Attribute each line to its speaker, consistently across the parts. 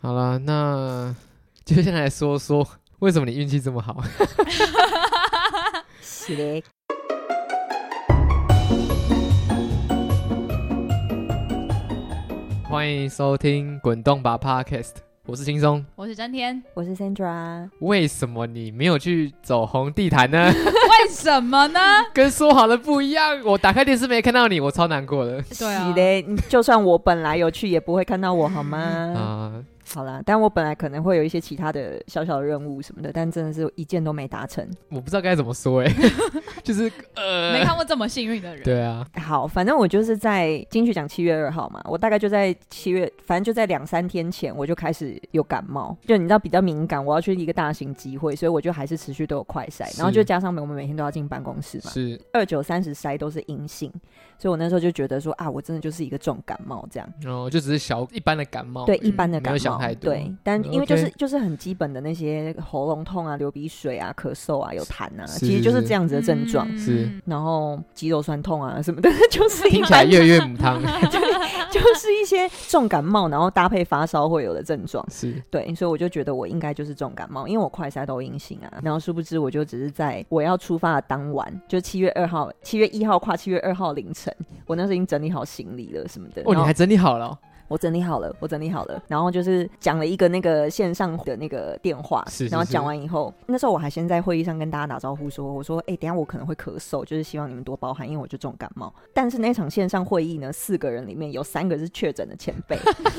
Speaker 1: 好了，那接下来说说为什么你运气这么好？
Speaker 2: 是的，
Speaker 1: 欢迎收听《滚动吧 Podcast》，我是轻松。
Speaker 3: 我是詹天，
Speaker 2: 我是 Sandra。
Speaker 1: 为什么你没有去走红地毯呢？
Speaker 3: 为什么呢？
Speaker 1: 跟说好的不一样，我打开电视没看到你，我超难过的
Speaker 3: 对啊
Speaker 2: 是的，你就算我本来有去，也不会看到我，好吗？
Speaker 3: 嗯
Speaker 1: 啊、
Speaker 2: 好啦，但我本来可能会有一些其他的小小的任务什么的，但真的是一件都没达成。
Speaker 1: 我不知道该怎么说哎、 就是
Speaker 3: 啊没
Speaker 1: 呃，
Speaker 3: 看过这么幸运的人。
Speaker 1: 对啊，
Speaker 2: 好，反正我就是在金曲奖七月二号嘛，我大概就在七月，反正就在两三天前，我就开始有感冒，就你知道比较敏感，我要去一个大型集会，所以我就还是持续都有快筛，
Speaker 1: 是
Speaker 2: 然后就加上我们每天都要进办公室嘛，
Speaker 1: 是
Speaker 2: 二九三十筛都是阴性，所以我那时候就觉得说啊，我真的就是一个重感冒这样。
Speaker 1: 然后、哦就只是小一般的感冒，
Speaker 2: 对一
Speaker 3: 嗯
Speaker 2: 般的
Speaker 1: 哦没
Speaker 2: 感
Speaker 1: 有
Speaker 2: 冒，
Speaker 1: 想太多嗯
Speaker 2: 对，但因为
Speaker 1: OK
Speaker 2: 就是就是很基本的那些喉咙痛啊、流鼻水啊、咳嗽啊、有痰啊，
Speaker 1: 是
Speaker 2: 其实就是
Speaker 1: 是
Speaker 2: 这样子的症状。
Speaker 3: 嗯
Speaker 1: 是
Speaker 2: 然后肌肉酸痛啊什么的， 就是一
Speaker 1: 听起来
Speaker 2: 般
Speaker 1: 越越母 汤
Speaker 2: 就是一些重感冒，然后搭配发烧会有的症状。
Speaker 1: 是
Speaker 2: 对，所以我就觉得我应该就是重感冒，因为我快筛都阴性啊。然后殊不知，我就只是在我要出发的当晚，就七月二号、七月一号跨七月二号凌晨，我那时候已经整理好行李了什么的。
Speaker 1: 哦，
Speaker 2: 然
Speaker 1: 你
Speaker 2: 后
Speaker 1: 还整理好了哦、
Speaker 2: 我整理好了，我整理好了，然后就是讲了一个那个线上的那个电话，
Speaker 1: 是是
Speaker 2: 然后讲完以后，那时候我还先在会议上跟大家打招呼说，我说，哎、等一下我可能会咳嗽，就是希望你们多包涵，因为我就重感冒。 但是那场线上会议呢，四个人里面有三个是确诊的前辈，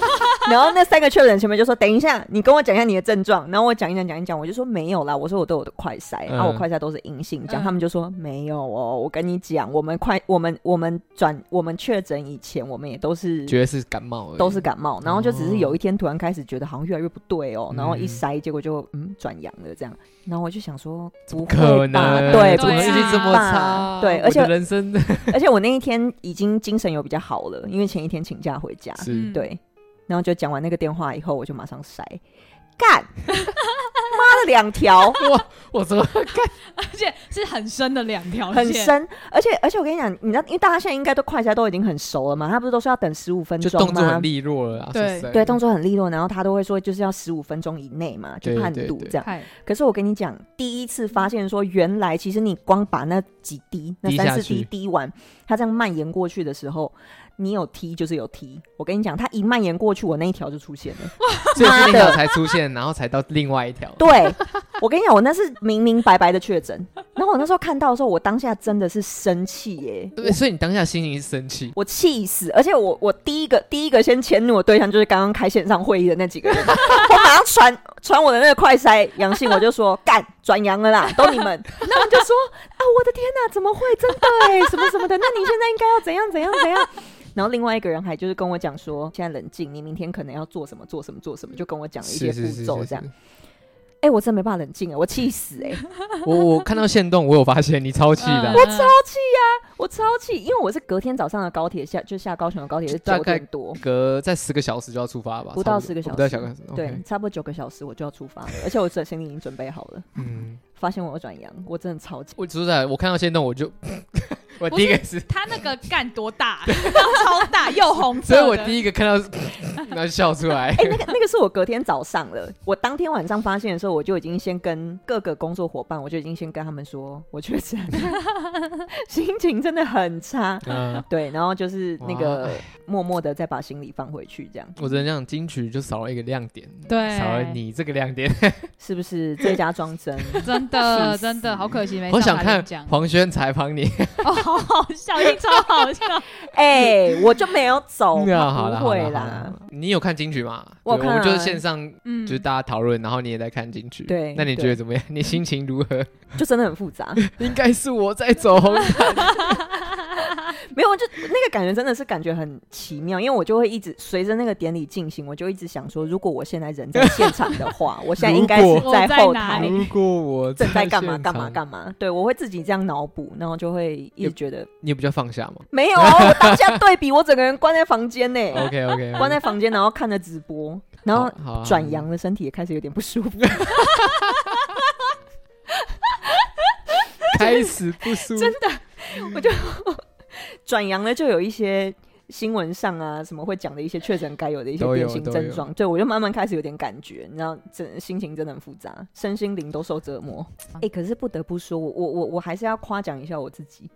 Speaker 2: 然后那三个确诊的前辈就说，等一下你跟我讲一下你的症状，然后我讲一讲讲一讲，我就说没有啦，我说我都有的快筛，
Speaker 1: 嗯
Speaker 2: 啊我快筛都是阴性，这样、
Speaker 3: 嗯
Speaker 2: 他们就说没有哦，我跟你讲，我们快我们我们转我们确诊以前，我们也都是
Speaker 1: 觉得是感冒而已，
Speaker 2: 嗯都是感冒，然后就只
Speaker 1: 哦
Speaker 2: 是有一天突然开始觉得好像越来越不对哦，然后一
Speaker 1: 嗯
Speaker 2: 筛，结果就嗯转阳了这样，然后我就想说不
Speaker 1: 可
Speaker 2: 会吧
Speaker 1: 能
Speaker 2: 对，
Speaker 3: 怎
Speaker 1: 怎
Speaker 2: 不
Speaker 1: 么
Speaker 3: 么
Speaker 1: 运
Speaker 3: 会
Speaker 1: 气
Speaker 2: 会
Speaker 3: 吧
Speaker 1: 这么差？
Speaker 2: 对啊
Speaker 1: 我
Speaker 2: 而且
Speaker 1: 的人生
Speaker 2: 而且我那一天已经精神有比较好了，因为前一天请假回家，
Speaker 1: 是
Speaker 3: 嗯
Speaker 2: 对，然后就讲完那个电话以后，我就马上筛，干， 妈的两条，
Speaker 1: 我怎么
Speaker 3: 而且是很深的两条线，
Speaker 2: 很深，而且而且我跟你讲，你知道，因为大家现在应该都快筛都已经很熟了嘛，他不是都说要等十五分
Speaker 1: 就
Speaker 2: 钟吗？
Speaker 1: 动作很利落了啊？
Speaker 3: 对
Speaker 1: 说实在
Speaker 2: 对，动作很利落，然后他都会说就是要十五分钟以内嘛，就
Speaker 1: 对
Speaker 2: 判
Speaker 1: 对
Speaker 2: 读
Speaker 1: 对
Speaker 2: 这样。
Speaker 3: 嗨
Speaker 2: 可是我跟你讲，第一次发现说，原来其实你光把那几滴、那
Speaker 1: 滴
Speaker 2: 三
Speaker 1: 下
Speaker 2: 四滴
Speaker 1: 去
Speaker 2: 滴完，它这样蔓延过去的时候，你有踢就是有踢。我跟你讲，它一蔓延过去，我那一条就出现了。
Speaker 1: 所以是那
Speaker 2: 妈
Speaker 1: 条
Speaker 2: 的
Speaker 1: 才出现，然后才到另外一条。
Speaker 2: 对，我跟你讲，我那是明明白白的确诊。然后我那时候看到的时候，我当下真的是生气耶、
Speaker 1: 对，所以你当下心情是生气，
Speaker 2: 我气死！而且我我第一个第一个先迁怒我对象就是刚刚开线上会议的那几 个人，我马上传传我的那个快筛阳性，我就说干转阳了啦，都你 们。他们就说啊，我的天哪、怎么会真的哎、什么什么的？那你现在应该要怎样怎样怎样？然后另外一个人还就是跟我讲说，现在冷静，你明天可能要做什么做什么做什么，就跟我讲了一些
Speaker 1: 是是
Speaker 2: 步
Speaker 1: 是
Speaker 2: 骤
Speaker 1: 是
Speaker 2: 这样
Speaker 1: 是。。
Speaker 2: 哎、我真没办法冷静哎、我气死哎、
Speaker 1: 我我看到线动，我有发现你超气的啊，
Speaker 2: 嗯
Speaker 3: 我超
Speaker 2: 我超气，因为我是隔天早上的高铁下，就下高雄的高铁是
Speaker 1: 大
Speaker 2: 九
Speaker 1: 概
Speaker 2: 点多，
Speaker 1: 隔在十个小时就要出发吧，
Speaker 2: 不到
Speaker 1: 差
Speaker 2: 10个小时
Speaker 1: 不到小时。
Speaker 2: 对
Speaker 1: OK，
Speaker 2: 差不多九个小时我就要出发了， 而且我这行李已经准备好了。
Speaker 1: 嗯，
Speaker 2: 发现我要转阳，我真的超级。
Speaker 1: 我说实在，我看到线动我 就，我第一个是，
Speaker 3: 他那个干多大，超大又红色
Speaker 1: 所
Speaker 3: 的，
Speaker 1: 以我第一个看到 是，然后就笑出来
Speaker 2: 哎、。那个那个是我隔天早上了，我当天晚上发现的时候，我就已经先跟各个工作伙伴，我就已经先跟他们说我确诊， 心情真的很差。
Speaker 1: 嗯，
Speaker 2: 对，然后就是那
Speaker 1: 哇
Speaker 2: 个默默的再把行李放回去，这样
Speaker 1: 我只能讲金曲就少了一个亮点，
Speaker 3: 对
Speaker 1: 少了你这个亮点。
Speaker 2: 是不是最佳装 真？
Speaker 3: 真
Speaker 2: 气
Speaker 3: 的
Speaker 2: 死
Speaker 3: 真的好可惜，没
Speaker 1: 我想
Speaker 3: 上台
Speaker 1: 看
Speaker 3: 领奖
Speaker 1: 黄轩采访你，
Speaker 3: 哦，好好笑，一定超好笑，
Speaker 2: 哎、我就没有 走，
Speaker 1: 嗯啊好啦
Speaker 2: 哦不
Speaker 1: 好
Speaker 2: 会
Speaker 1: 啦好
Speaker 2: 啦
Speaker 1: 啦。。你有看金曲吗？
Speaker 2: 我
Speaker 1: 对
Speaker 2: 看
Speaker 1: 们就是
Speaker 2: 啊
Speaker 1: 线上
Speaker 3: 嗯，
Speaker 1: 就是大家讨论，然后你也在看进去。
Speaker 2: 对
Speaker 1: 那你
Speaker 2: 对嗯
Speaker 1: 觉得怎么样？你心情如何？
Speaker 2: 就真的很复杂。
Speaker 1: 应该是我在走红毯，
Speaker 2: 没有，就那个感觉真的是感觉很奇妙，因为我就会一直随着那个典礼进行，我就一直想说，如果我现在人在现场的话，我现在应该
Speaker 1: 如
Speaker 2: 是
Speaker 3: 果
Speaker 2: 在后
Speaker 3: 我在哪
Speaker 2: 台
Speaker 3: 里
Speaker 1: 如果我
Speaker 2: 正在干嘛
Speaker 1: 现
Speaker 2: 干嘛
Speaker 1: 场
Speaker 2: 干嘛，对我会自己这样脑补，然后就会一直觉得
Speaker 1: 你有比较放下吗
Speaker 2: 没有啊，我当下对比，我整个人关在房间内、
Speaker 1: 哦？OK OK，
Speaker 2: 关在房间，然后看着直播，然后
Speaker 1: 后
Speaker 2: 转，阳的身体也开始有点不舒服，
Speaker 1: 开始不舒服，
Speaker 2: 转阳了就有一些新闻上啊什么会讲的一些确诊该有的一些
Speaker 1: 都有
Speaker 2: 典型
Speaker 1: 都
Speaker 2: 症
Speaker 1: 有
Speaker 2: 状，对我就慢慢开始有点感觉，你知道，真心情真的很复杂，身心灵都受折磨。哎、可是不得不说，我我我我还是要夸奖一下我自 己，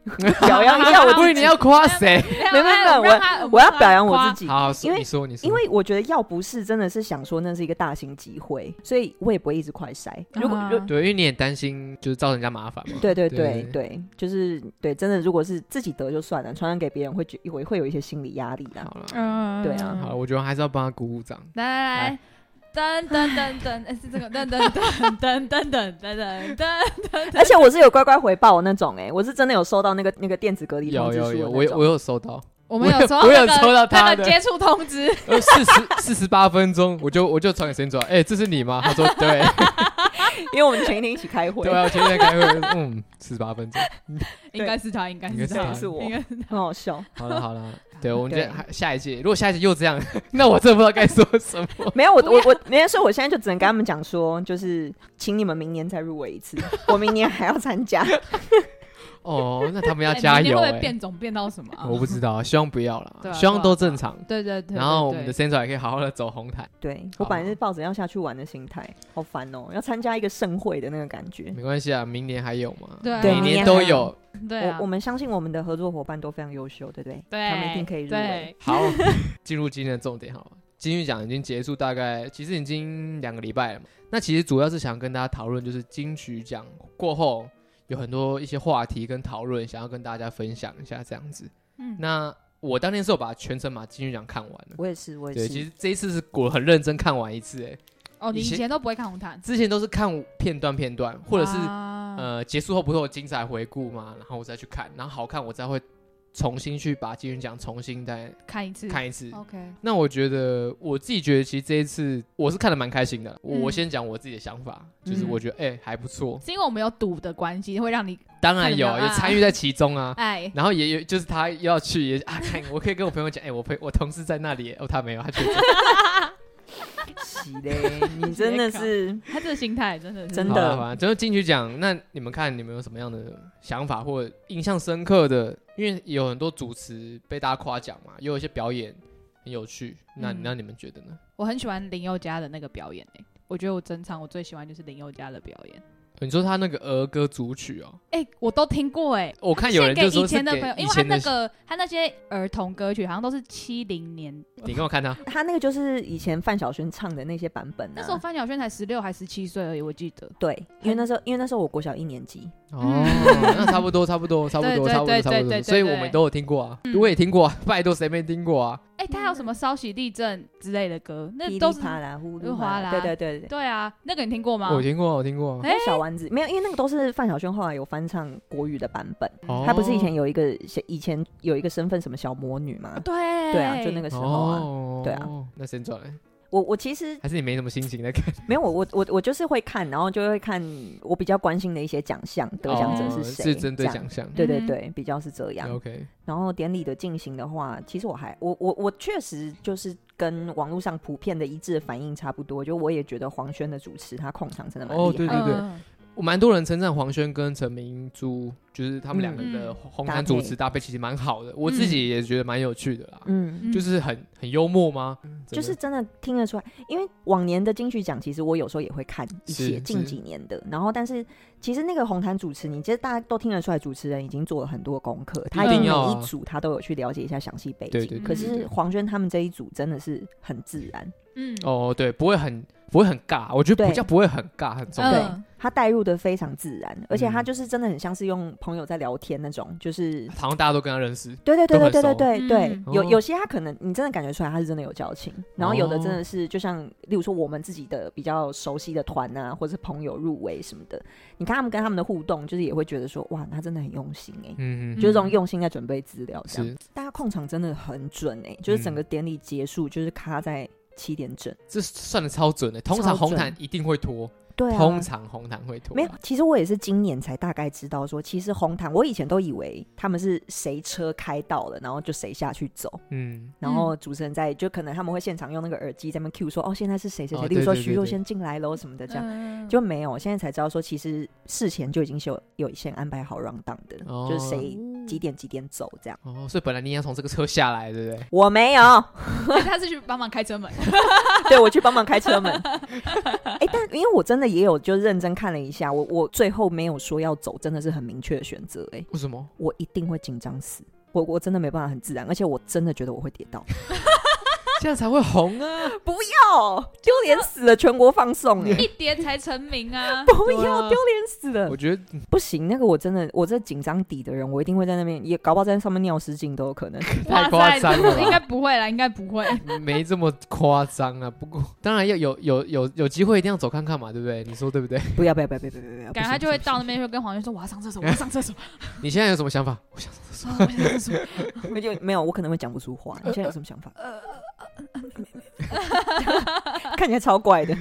Speaker 2: 表扬一下我
Speaker 1: 不
Speaker 2: 自
Speaker 1: 是你
Speaker 2: 己。
Speaker 1: 要夸谁？
Speaker 3: 没
Speaker 2: 没没没，
Speaker 3: 让他
Speaker 2: 我我要表扬我自
Speaker 3: 夸
Speaker 2: 己，
Speaker 1: 好，说
Speaker 2: 因为
Speaker 1: 你说你说，
Speaker 2: 因为我觉得要不是真的是想说那是一个大型集会，所以我也不会一直快筛。如果、如
Speaker 3: 啊
Speaker 1: 对，因为你也担心就是造成人家麻烦嘛。
Speaker 2: 对对
Speaker 1: 对
Speaker 2: 对对，就是对，真的如果是自己得就算了，传染给别人会觉会会有一些心理压力的。
Speaker 1: 好了，
Speaker 3: 嗯
Speaker 2: 对啊
Speaker 1: 好，我觉得还是要帮他鼓鼓掌。
Speaker 3: 来来来，噔噔噔噔，哎是这个噔噔噔噔噔噔噔噔 噔，
Speaker 2: 而且我是有乖乖回报我那种哎、我是真的有收到那个那个电子隔离通
Speaker 1: 有
Speaker 2: 知
Speaker 1: 有
Speaker 2: 书的
Speaker 1: 有，
Speaker 2: 那
Speaker 1: 我有
Speaker 2: 种
Speaker 1: 我有收到，
Speaker 3: 我们
Speaker 1: 我有
Speaker 3: 有抽到
Speaker 1: 我有
Speaker 3: 那个
Speaker 1: 抽到他
Speaker 3: 那
Speaker 1: 的
Speaker 3: 个接触通知，
Speaker 1: 呃，四十四十八分钟，我就我就传给沈总，哎、这是你吗？他说对，
Speaker 2: 因 为我们前一天一起开会，
Speaker 1: 对啊，我前天在开会，嗯，四十八分钟，
Speaker 3: 应该是他，应该
Speaker 1: 应该
Speaker 3: 是
Speaker 1: 是
Speaker 3: 他
Speaker 1: 他，
Speaker 2: 是我
Speaker 3: 应该是
Speaker 2: 很好 笑。
Speaker 1: 好了好了，对，我们
Speaker 2: 对
Speaker 1: 这还下一届，如果下一届又这样， 那我真的不知道该 说什么。
Speaker 2: 没有我我我没有，所以我现在就只能跟他们讲说，就是请你们明年再入围 一次，我明年还要参加。
Speaker 1: 哦，那他们要
Speaker 3: 哎
Speaker 1: 加
Speaker 3: 明天
Speaker 1: 油、
Speaker 3: 会不会
Speaker 1: 哎，
Speaker 3: 变种变到什么啊？
Speaker 1: 我不知道，希望不要啦，
Speaker 3: 对啊
Speaker 1: 希望都正常。
Speaker 3: 对对对，啊
Speaker 1: 然后我
Speaker 3: 对
Speaker 1: 们的 Central 也可以好好的走红毯，
Speaker 2: 对我本来是抱着要下去玩的心态，好烦哦、要参加一个盛会的那个感觉。
Speaker 1: 没关系啊，明年还有嘛，
Speaker 3: 对啊
Speaker 1: 每
Speaker 2: 明
Speaker 1: 年
Speaker 2: 年
Speaker 1: 都
Speaker 2: 还有
Speaker 1: 有。
Speaker 3: 对啊
Speaker 2: 我我们相信我们的合作伙伴都非常优秀，对不对？
Speaker 3: 对
Speaker 2: 他们一定可以入围。
Speaker 3: 对，
Speaker 1: 好， 进入今天的重点好了。金曲奖已经结束，大概其实已经两个礼拜了嘛。那其实主要是想跟大家讨论，就是金曲奖过后有很多一些话题跟讨论，想要跟大家分享一下这样子。
Speaker 3: 嗯
Speaker 1: 那我当天是有把全程把金曲奖看完了。
Speaker 2: 我也是，我也
Speaker 1: 对，其
Speaker 2: 是。
Speaker 1: 实这一次是我很认真看完一次，哎，
Speaker 3: 哦，你
Speaker 1: 以
Speaker 3: 以
Speaker 1: 前
Speaker 3: 前都不会看红毯，
Speaker 1: 之前都是看片段片段，或者是、
Speaker 3: 呃，
Speaker 1: 呃结束后不是有精彩回顾嘛，然后我再去看，然后好看我再会重新去把金曲奖重新再
Speaker 3: 看一次，
Speaker 1: 看一次。
Speaker 3: OK，
Speaker 1: 那我觉得我自己觉得，其实这一次我是看的蛮开心的。我
Speaker 3: 嗯
Speaker 1: 我先讲我自己的想法，就是
Speaker 2: 嗯
Speaker 1: 我觉得哎、还不错，
Speaker 3: 是因为我们有赌的关系，会让 你
Speaker 1: 当然有
Speaker 3: 看得到
Speaker 1: 有
Speaker 3: 啊
Speaker 1: 参与在其中 啊。
Speaker 3: 哎，
Speaker 1: 然后也有就是他要去也啊，看我可以跟我朋友讲，哎、我朋我同事在那里，哦他没有，他 去。
Speaker 2: 喜嘞， 你真的是
Speaker 3: 他这个心态真的是
Speaker 2: 真
Speaker 1: 好
Speaker 2: 的
Speaker 1: 了好了，就是进去讲，那你们看你们有什么样的想法或印象深刻的？因为有很多主持被大家夸奖嘛，也有一些表演很有趣。那、
Speaker 3: 嗯
Speaker 1: 那你们觉得呢？
Speaker 3: 我很喜欢林宥嘉的那个表演诶、欸我觉得我整场我最喜欢就是林宥嘉的表演。
Speaker 1: 哦你说他那个儿歌组曲哦，
Speaker 3: 哎、我都听过哎、
Speaker 1: 我看有
Speaker 3: 献
Speaker 1: 人
Speaker 3: 给
Speaker 1: 就说
Speaker 3: 以
Speaker 1: 是
Speaker 3: 前的
Speaker 1: 给
Speaker 3: 朋友，
Speaker 1: 以
Speaker 3: 因为他
Speaker 1: 前的
Speaker 3: 那，个他那些儿童歌曲好像都是七零年，
Speaker 1: 你给我看他。
Speaker 2: 他那个就是以前范晓萱唱的那些版本
Speaker 3: 那时候
Speaker 2: 啊。
Speaker 3: 范晓萱才十六还十七岁而已，我记得。
Speaker 2: 对，因为那时候，因为那时候我国小一年级，
Speaker 1: 哦，那差不多，差不多，差不多，
Speaker 3: 对
Speaker 1: 差不多，
Speaker 3: 对
Speaker 1: 差
Speaker 3: 对
Speaker 1: 不
Speaker 3: 对
Speaker 1: 多，
Speaker 3: 对
Speaker 1: 所以我
Speaker 3: 对
Speaker 1: 们都有听过啊，我也听过啊， 拜托谁没听过啊？
Speaker 3: 哎、他还有什么稍息地震之类的歌，那
Speaker 2: 噼
Speaker 3: 都
Speaker 2: 里
Speaker 3: 是
Speaker 2: 啪啦、呼噜
Speaker 3: 噜
Speaker 2: 哗
Speaker 3: 哗
Speaker 2: 啦，
Speaker 3: 啦
Speaker 2: 对对对对。
Speaker 3: 对啊，那个你听过吗？
Speaker 1: 我听过，我听过
Speaker 3: 哎。
Speaker 2: 还有小丸子没有，因为那个都是范晓萱后来有翻唱国语的版本。
Speaker 1: 哦
Speaker 2: 她不是以前有一个以前有一个身份什么小魔女吗？
Speaker 3: 对
Speaker 2: 对啊，就那个时候啊。
Speaker 1: 哦
Speaker 2: 对啊，
Speaker 1: 那先转来，
Speaker 2: 我我其实
Speaker 1: 还是你没什么心情在看？
Speaker 2: 没有，我我我我就是会看，然后就会看我比较关心的一些奖项，得奖者
Speaker 1: 哦
Speaker 2: 是谁，
Speaker 1: 是针对
Speaker 2: 这样
Speaker 1: 奖项。
Speaker 2: 对对
Speaker 3: 嗯
Speaker 2: 对，啊比较是这样。
Speaker 1: OK，
Speaker 2: 然后典礼的进行的话，其实我还我我我确实就是跟网络上普遍的一致的反应差不多，就我也觉得黄轩的主持他控场真的蛮厉害
Speaker 1: 哦
Speaker 2: 的
Speaker 1: 对对对
Speaker 3: 嗯
Speaker 1: 我蛮多人称赞黄轩跟陈明珠，就是他们两个的
Speaker 3: 嗯
Speaker 1: 红
Speaker 2: 搭
Speaker 1: 毯主
Speaker 2: 配
Speaker 1: 持搭配其实蛮好的，我自己也觉得蛮有趣的啦，
Speaker 2: 嗯。
Speaker 3: 嗯
Speaker 1: 就是很很幽默吗？
Speaker 2: 就
Speaker 1: 真的
Speaker 2: 是真的听得出来，因为往年的金曲奖，其实我有时候也会看一
Speaker 1: 是
Speaker 2: 些近
Speaker 1: 是
Speaker 2: 几年的，然后但是其实那个红毯主持，你其实大家都听得出来，主持人已经做了很多功课，他
Speaker 1: 一
Speaker 2: 定
Speaker 1: 定
Speaker 2: 每
Speaker 1: 要啊
Speaker 2: 一组他都有去了解一下详细背景。
Speaker 1: 对对对
Speaker 2: 可
Speaker 1: 对
Speaker 2: 是
Speaker 1: 对
Speaker 2: 黄轩他们这一组真的是很自然，
Speaker 3: 嗯，
Speaker 1: 哦，对，不会很不会很尬，我觉得比
Speaker 2: 对
Speaker 1: 较不会很尬，很
Speaker 3: 嗯
Speaker 1: 重要。
Speaker 2: 对他带入的非常自然，而且
Speaker 1: 嗯
Speaker 2: 他就是真的很像是用朋友在聊天那种，就是
Speaker 1: 好像大家都跟他认识，
Speaker 2: 对对对
Speaker 1: 都很
Speaker 2: 对对对
Speaker 1: 熟
Speaker 2: 对对
Speaker 3: 嗯，
Speaker 2: 有
Speaker 1: 哦
Speaker 2: 有些他可能你真的感觉出来他是真的有交情，然后有的
Speaker 1: 哦
Speaker 2: 真的是就像例如说我们自己的比较熟悉的团啊，或者是朋友入围什么的，你看他们跟他们的互动，就是也会觉得说哇，他真的很用心哎、
Speaker 1: 嗯，
Speaker 2: 就是这种用心在准备资料，这样
Speaker 1: 是。嗯
Speaker 2: 大家控场真的很准哎、就是整个典礼结束就是卡在七点整，
Speaker 1: 这算的超准的。通常红毯一定会拖，
Speaker 2: 对啊，
Speaker 1: 通常红毯会拖。
Speaker 2: 没有，其实我也是今年才大概知道说，其实红毯我以前都以为他们是谁车开到了，然后就谁下去走，
Speaker 1: 嗯，
Speaker 2: 然后主持人在就可能他们会现场用那个耳机在那边 Q 说哦，现在是谁谁谁，
Speaker 1: 哦
Speaker 2: 例如说
Speaker 1: 对对对
Speaker 2: 徐若
Speaker 1: 对
Speaker 2: 瑄进来喽什么的这样。
Speaker 3: 样
Speaker 2: 就没有，现在才知道说，其实事前就已经是有有先安排好 round down 的，
Speaker 1: 哦
Speaker 2: 就是谁几点几点走这样。
Speaker 1: 哦，所以本来你也要从这个车下来，对不对？
Speaker 2: 我没有，
Speaker 3: 哎他是去帮忙开车 门，
Speaker 2: 对我去帮忙开车门。哎、但因为我真的也有就认真看了一下，我我最后没有说要走，真的是很明确的选择。哎，
Speaker 1: 为什 么？
Speaker 2: 我一定会紧张死，我我真的没办法很自然，而且我真的觉得我会跌倒。
Speaker 1: 这样才会红啊！
Speaker 2: 不要丢脸死了，全国放送 哎、
Speaker 3: 一跌才成 名 啊！
Speaker 2: 不
Speaker 1: 对
Speaker 2: 要
Speaker 1: 啊
Speaker 2: 丢脸死了
Speaker 1: 我，觉得
Speaker 2: 不行，那个我真的，我这紧张底的人，我一定会在那边，也搞不好在上面尿失禁都有可 能。
Speaker 1: 太夸张了吧
Speaker 3: 应该不会啦，应该不会。
Speaker 1: 嗯没这么夸张啊。不过当然要有有有有机会一定要走看看嘛，对不对？你说对不对？
Speaker 2: 不要不要不要不要不要不要！
Speaker 3: 感觉他就会到那边，就跟黄轩说：“我要上厕所，我要上厕所，
Speaker 1: 你现在有什么想法？我想
Speaker 3: 我要上厕 所。
Speaker 2: 我就没有，我可能会讲不出话。你现在有什么想 法？看起来超怪的。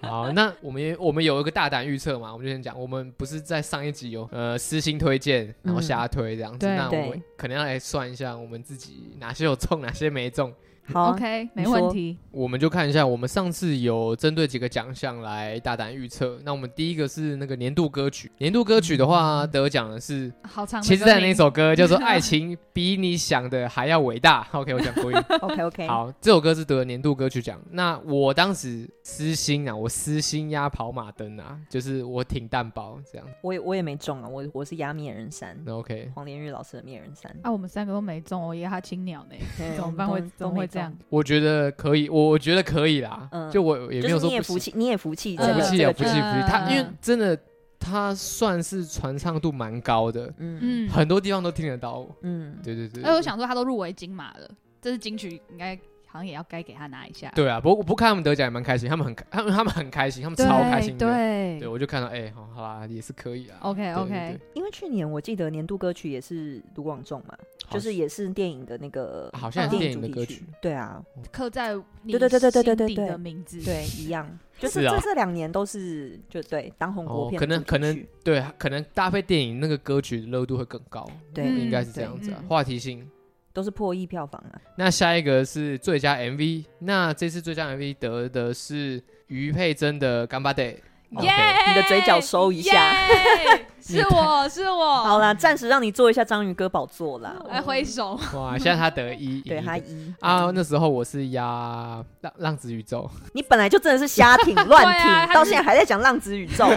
Speaker 1: 好，那我们也我们有一个大胆预测嘛，我们就先讲，我们不是在上一集有呃私心推荐，然后瞎推这样子，
Speaker 3: 对
Speaker 1: 那我
Speaker 2: 对
Speaker 1: 们可能要来算一下我们自己哪些有中，哪些没中。
Speaker 2: 好啊
Speaker 3: ”OK，
Speaker 2: 你
Speaker 3: 没
Speaker 2: 说
Speaker 3: 问题。
Speaker 1: 我们就看一下，我们上次有针对几个奖项来大胆预测。那我们第一个是那个年度歌曲，年度歌曲的话得奖的是
Speaker 3: 好长的歌名。
Speaker 1: 其实在那首歌叫做《爱情比你想的还要伟大》。OK，我讲国语。
Speaker 2: OK OK，
Speaker 1: 好，这首歌是得年度歌曲奖。那我当时私心啊，我私心压跑马灯啊，就是我挺蛋包这样。
Speaker 2: 我也我也没中啊，我我是压灭人山，
Speaker 1: 那 OK，
Speaker 2: 黄连玉老师的灭人山。
Speaker 3: 啊，我们三个都没中，我也他青鸟呢。
Speaker 2: 对
Speaker 3: 怎么办
Speaker 2: 我
Speaker 3: 会
Speaker 2: 们
Speaker 3: 怎
Speaker 2: 都
Speaker 3: 么会这样？
Speaker 1: 我觉得可以，我我觉得可以啦。
Speaker 2: 嗯
Speaker 1: 就我也没
Speaker 2: 都没中？就
Speaker 1: 有
Speaker 2: 是
Speaker 1: 说
Speaker 2: 你也
Speaker 1: 不
Speaker 2: 服
Speaker 1: 行，
Speaker 2: 气，你也服气这
Speaker 3: 呃
Speaker 2: 个
Speaker 1: 不
Speaker 2: 这
Speaker 1: 气啊，
Speaker 2: 个
Speaker 1: 不
Speaker 2: 剧
Speaker 1: 气不气。他因为
Speaker 3: 嗯
Speaker 1: 真的，他算是传唱度蛮高的，
Speaker 2: 嗯
Speaker 3: 嗯，
Speaker 1: 很多地方都听得到。
Speaker 2: 嗯，
Speaker 1: 对对对。
Speaker 3: 哎，我想说他都入围金马了，这是金曲，应该好像也要该给他拿一
Speaker 2: 嗯
Speaker 3: 下。
Speaker 1: 对啊，不过不过看他们得奖也蛮开心，他们很他们他们很开心，他们
Speaker 3: 对，
Speaker 1: 超开心的。
Speaker 3: 对
Speaker 1: 对，我就看到，哎、好好啦，也是可以啊。
Speaker 3: OK，
Speaker 1: 对对
Speaker 3: OK
Speaker 1: 对
Speaker 2: 因为去年我记得年度歌曲也是卢广仲嘛，
Speaker 1: 好
Speaker 2: 就是也是电影的那个
Speaker 1: 啊好像也
Speaker 3: 是
Speaker 2: 电
Speaker 1: 电影的
Speaker 2: 主
Speaker 1: 歌
Speaker 2: 题
Speaker 1: 曲。
Speaker 2: 对啊，
Speaker 3: 刻在你
Speaker 2: 对对对对对对对
Speaker 3: 心底
Speaker 2: 对
Speaker 3: 的名字。
Speaker 2: 对，一样，就是是这
Speaker 1: 啊
Speaker 2: 这两年都是就对当红国
Speaker 1: 哦，
Speaker 2: 片
Speaker 1: 可
Speaker 2: 的
Speaker 1: 能
Speaker 2: 主题曲，
Speaker 1: 可能对，可能搭配电影那个歌曲的热度会更高，
Speaker 2: 对
Speaker 3: 嗯
Speaker 1: 应该是这样子啊，
Speaker 3: 对嗯
Speaker 1: 话题性。
Speaker 2: 都是破亿票房啊。
Speaker 1: 那下一个是最佳 MV，那这次最佳 MV 得的是于佩珍的《干巴 day》。
Speaker 3: 耶
Speaker 1: OK
Speaker 2: 你的嘴角收一下
Speaker 3: 耶是我是我，
Speaker 2: 好啦，暂时让你做一下章鱼哥宝座啦。
Speaker 3: 来挥手。
Speaker 1: 哇，现在他得一，
Speaker 2: 对
Speaker 1: 一
Speaker 2: 他
Speaker 1: 的
Speaker 2: 一
Speaker 1: 啊，那时候我是压浪浪子宇宙，
Speaker 2: 你本来就真的是瞎挺乱
Speaker 3: 对啊
Speaker 2: 挺，
Speaker 3: 他
Speaker 2: 到
Speaker 3: 是
Speaker 2: 现在还在讲浪子宇 宙。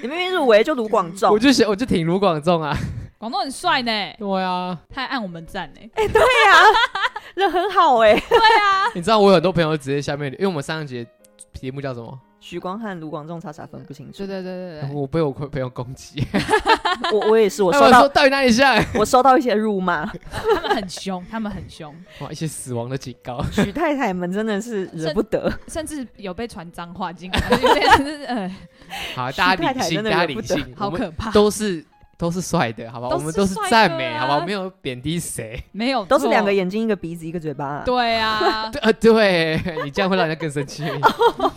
Speaker 2: 你明明入围就卢广
Speaker 1: 我
Speaker 2: 仲，
Speaker 1: 就想我就挺卢广仲啊，
Speaker 3: 广东很帅呢，
Speaker 1: 对啊，
Speaker 3: 他还按我们 赞呢。
Speaker 2: 对啊，人很好哎、
Speaker 1: 你知道我有很多朋友直接下面，因为我们上一节题目叫什么？
Speaker 2: 许光汉、卢广仲差啥分不清楚
Speaker 3: 对。对对对对，
Speaker 1: 我被我朋友攻击，
Speaker 2: 我我 也是，我
Speaker 1: 他
Speaker 2: 收
Speaker 1: 们说
Speaker 2: 到
Speaker 1: 到底哪里像？
Speaker 2: 我收到一些辱骂，
Speaker 3: 他们很凶，他们很凶，
Speaker 1: 哇，一些死亡的警告。
Speaker 2: 许太太们真的是惹不得。
Speaker 3: 甚至有被传脏话进来， 有点就是呃，
Speaker 1: 好，
Speaker 2: 徐
Speaker 1: 大家
Speaker 2: 太
Speaker 1: 理
Speaker 2: 太
Speaker 1: 性，
Speaker 2: 真的
Speaker 1: 大家
Speaker 2: 惹
Speaker 1: 理
Speaker 2: 不得
Speaker 1: 性，我
Speaker 3: 好
Speaker 1: 们
Speaker 3: 可怕，
Speaker 1: 都是都是帅的，好吧？
Speaker 3: 啊都
Speaker 1: 我
Speaker 3: 是
Speaker 1: 们都是
Speaker 3: 帅
Speaker 1: 赞
Speaker 3: 哥
Speaker 1: 美，
Speaker 3: 啊
Speaker 1: 好吧？我没有贬低 谁。
Speaker 3: 没有，
Speaker 2: 都是
Speaker 1: 哦
Speaker 2: 两个。眼睛、一个鼻子、一个嘴巴、
Speaker 3: 对 啊，
Speaker 1: 对，呃，对你这样会让人家更生 气。
Speaker 3: 哦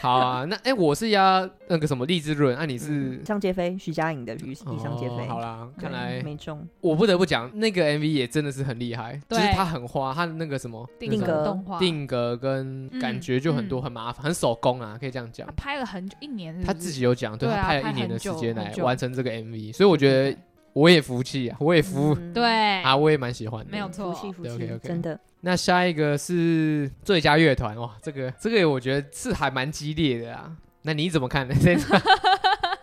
Speaker 1: 好啊，那哎、我是压那个什么励志论，啊那、你是
Speaker 2: 嗯，？张杰飞、徐佳莹的《与以上皆非
Speaker 1: 哦》。好啦，
Speaker 2: 对
Speaker 1: 看来
Speaker 2: 嗯没中。
Speaker 1: 我不得不讲，那个 MV 也真的是很厉害，就
Speaker 3: 对
Speaker 1: 是他很花，他的那个什么
Speaker 2: 定
Speaker 1: 那个什
Speaker 2: 格
Speaker 1: 么
Speaker 3: 动画，
Speaker 1: 定格跟
Speaker 3: 嗯
Speaker 1: 感觉就很多，很麻烦，很手工啊，可以这样讲
Speaker 3: 他。拍了很久，一年是不是
Speaker 1: 他自己有讲，对
Speaker 3: 嗯对
Speaker 1: 他
Speaker 3: 啊
Speaker 1: 拍了
Speaker 3: 拍
Speaker 1: 一年的
Speaker 3: 很
Speaker 1: 时
Speaker 3: 久
Speaker 1: 间
Speaker 3: 很
Speaker 1: 来
Speaker 3: 久
Speaker 1: 完成这个 MV，所以我觉得我也服气啊，我也服
Speaker 2: 嗯
Speaker 3: 对
Speaker 1: 啊，我也蛮喜欢的。
Speaker 3: 没有
Speaker 2: 服
Speaker 3: 错
Speaker 2: 气服
Speaker 1: 对
Speaker 2: 气，
Speaker 1: ，OK，OK
Speaker 2: 真的。
Speaker 1: 那下一个是最佳乐团哇，这个这个我觉得是还蛮激烈的啊。那你怎么看呢？ 这场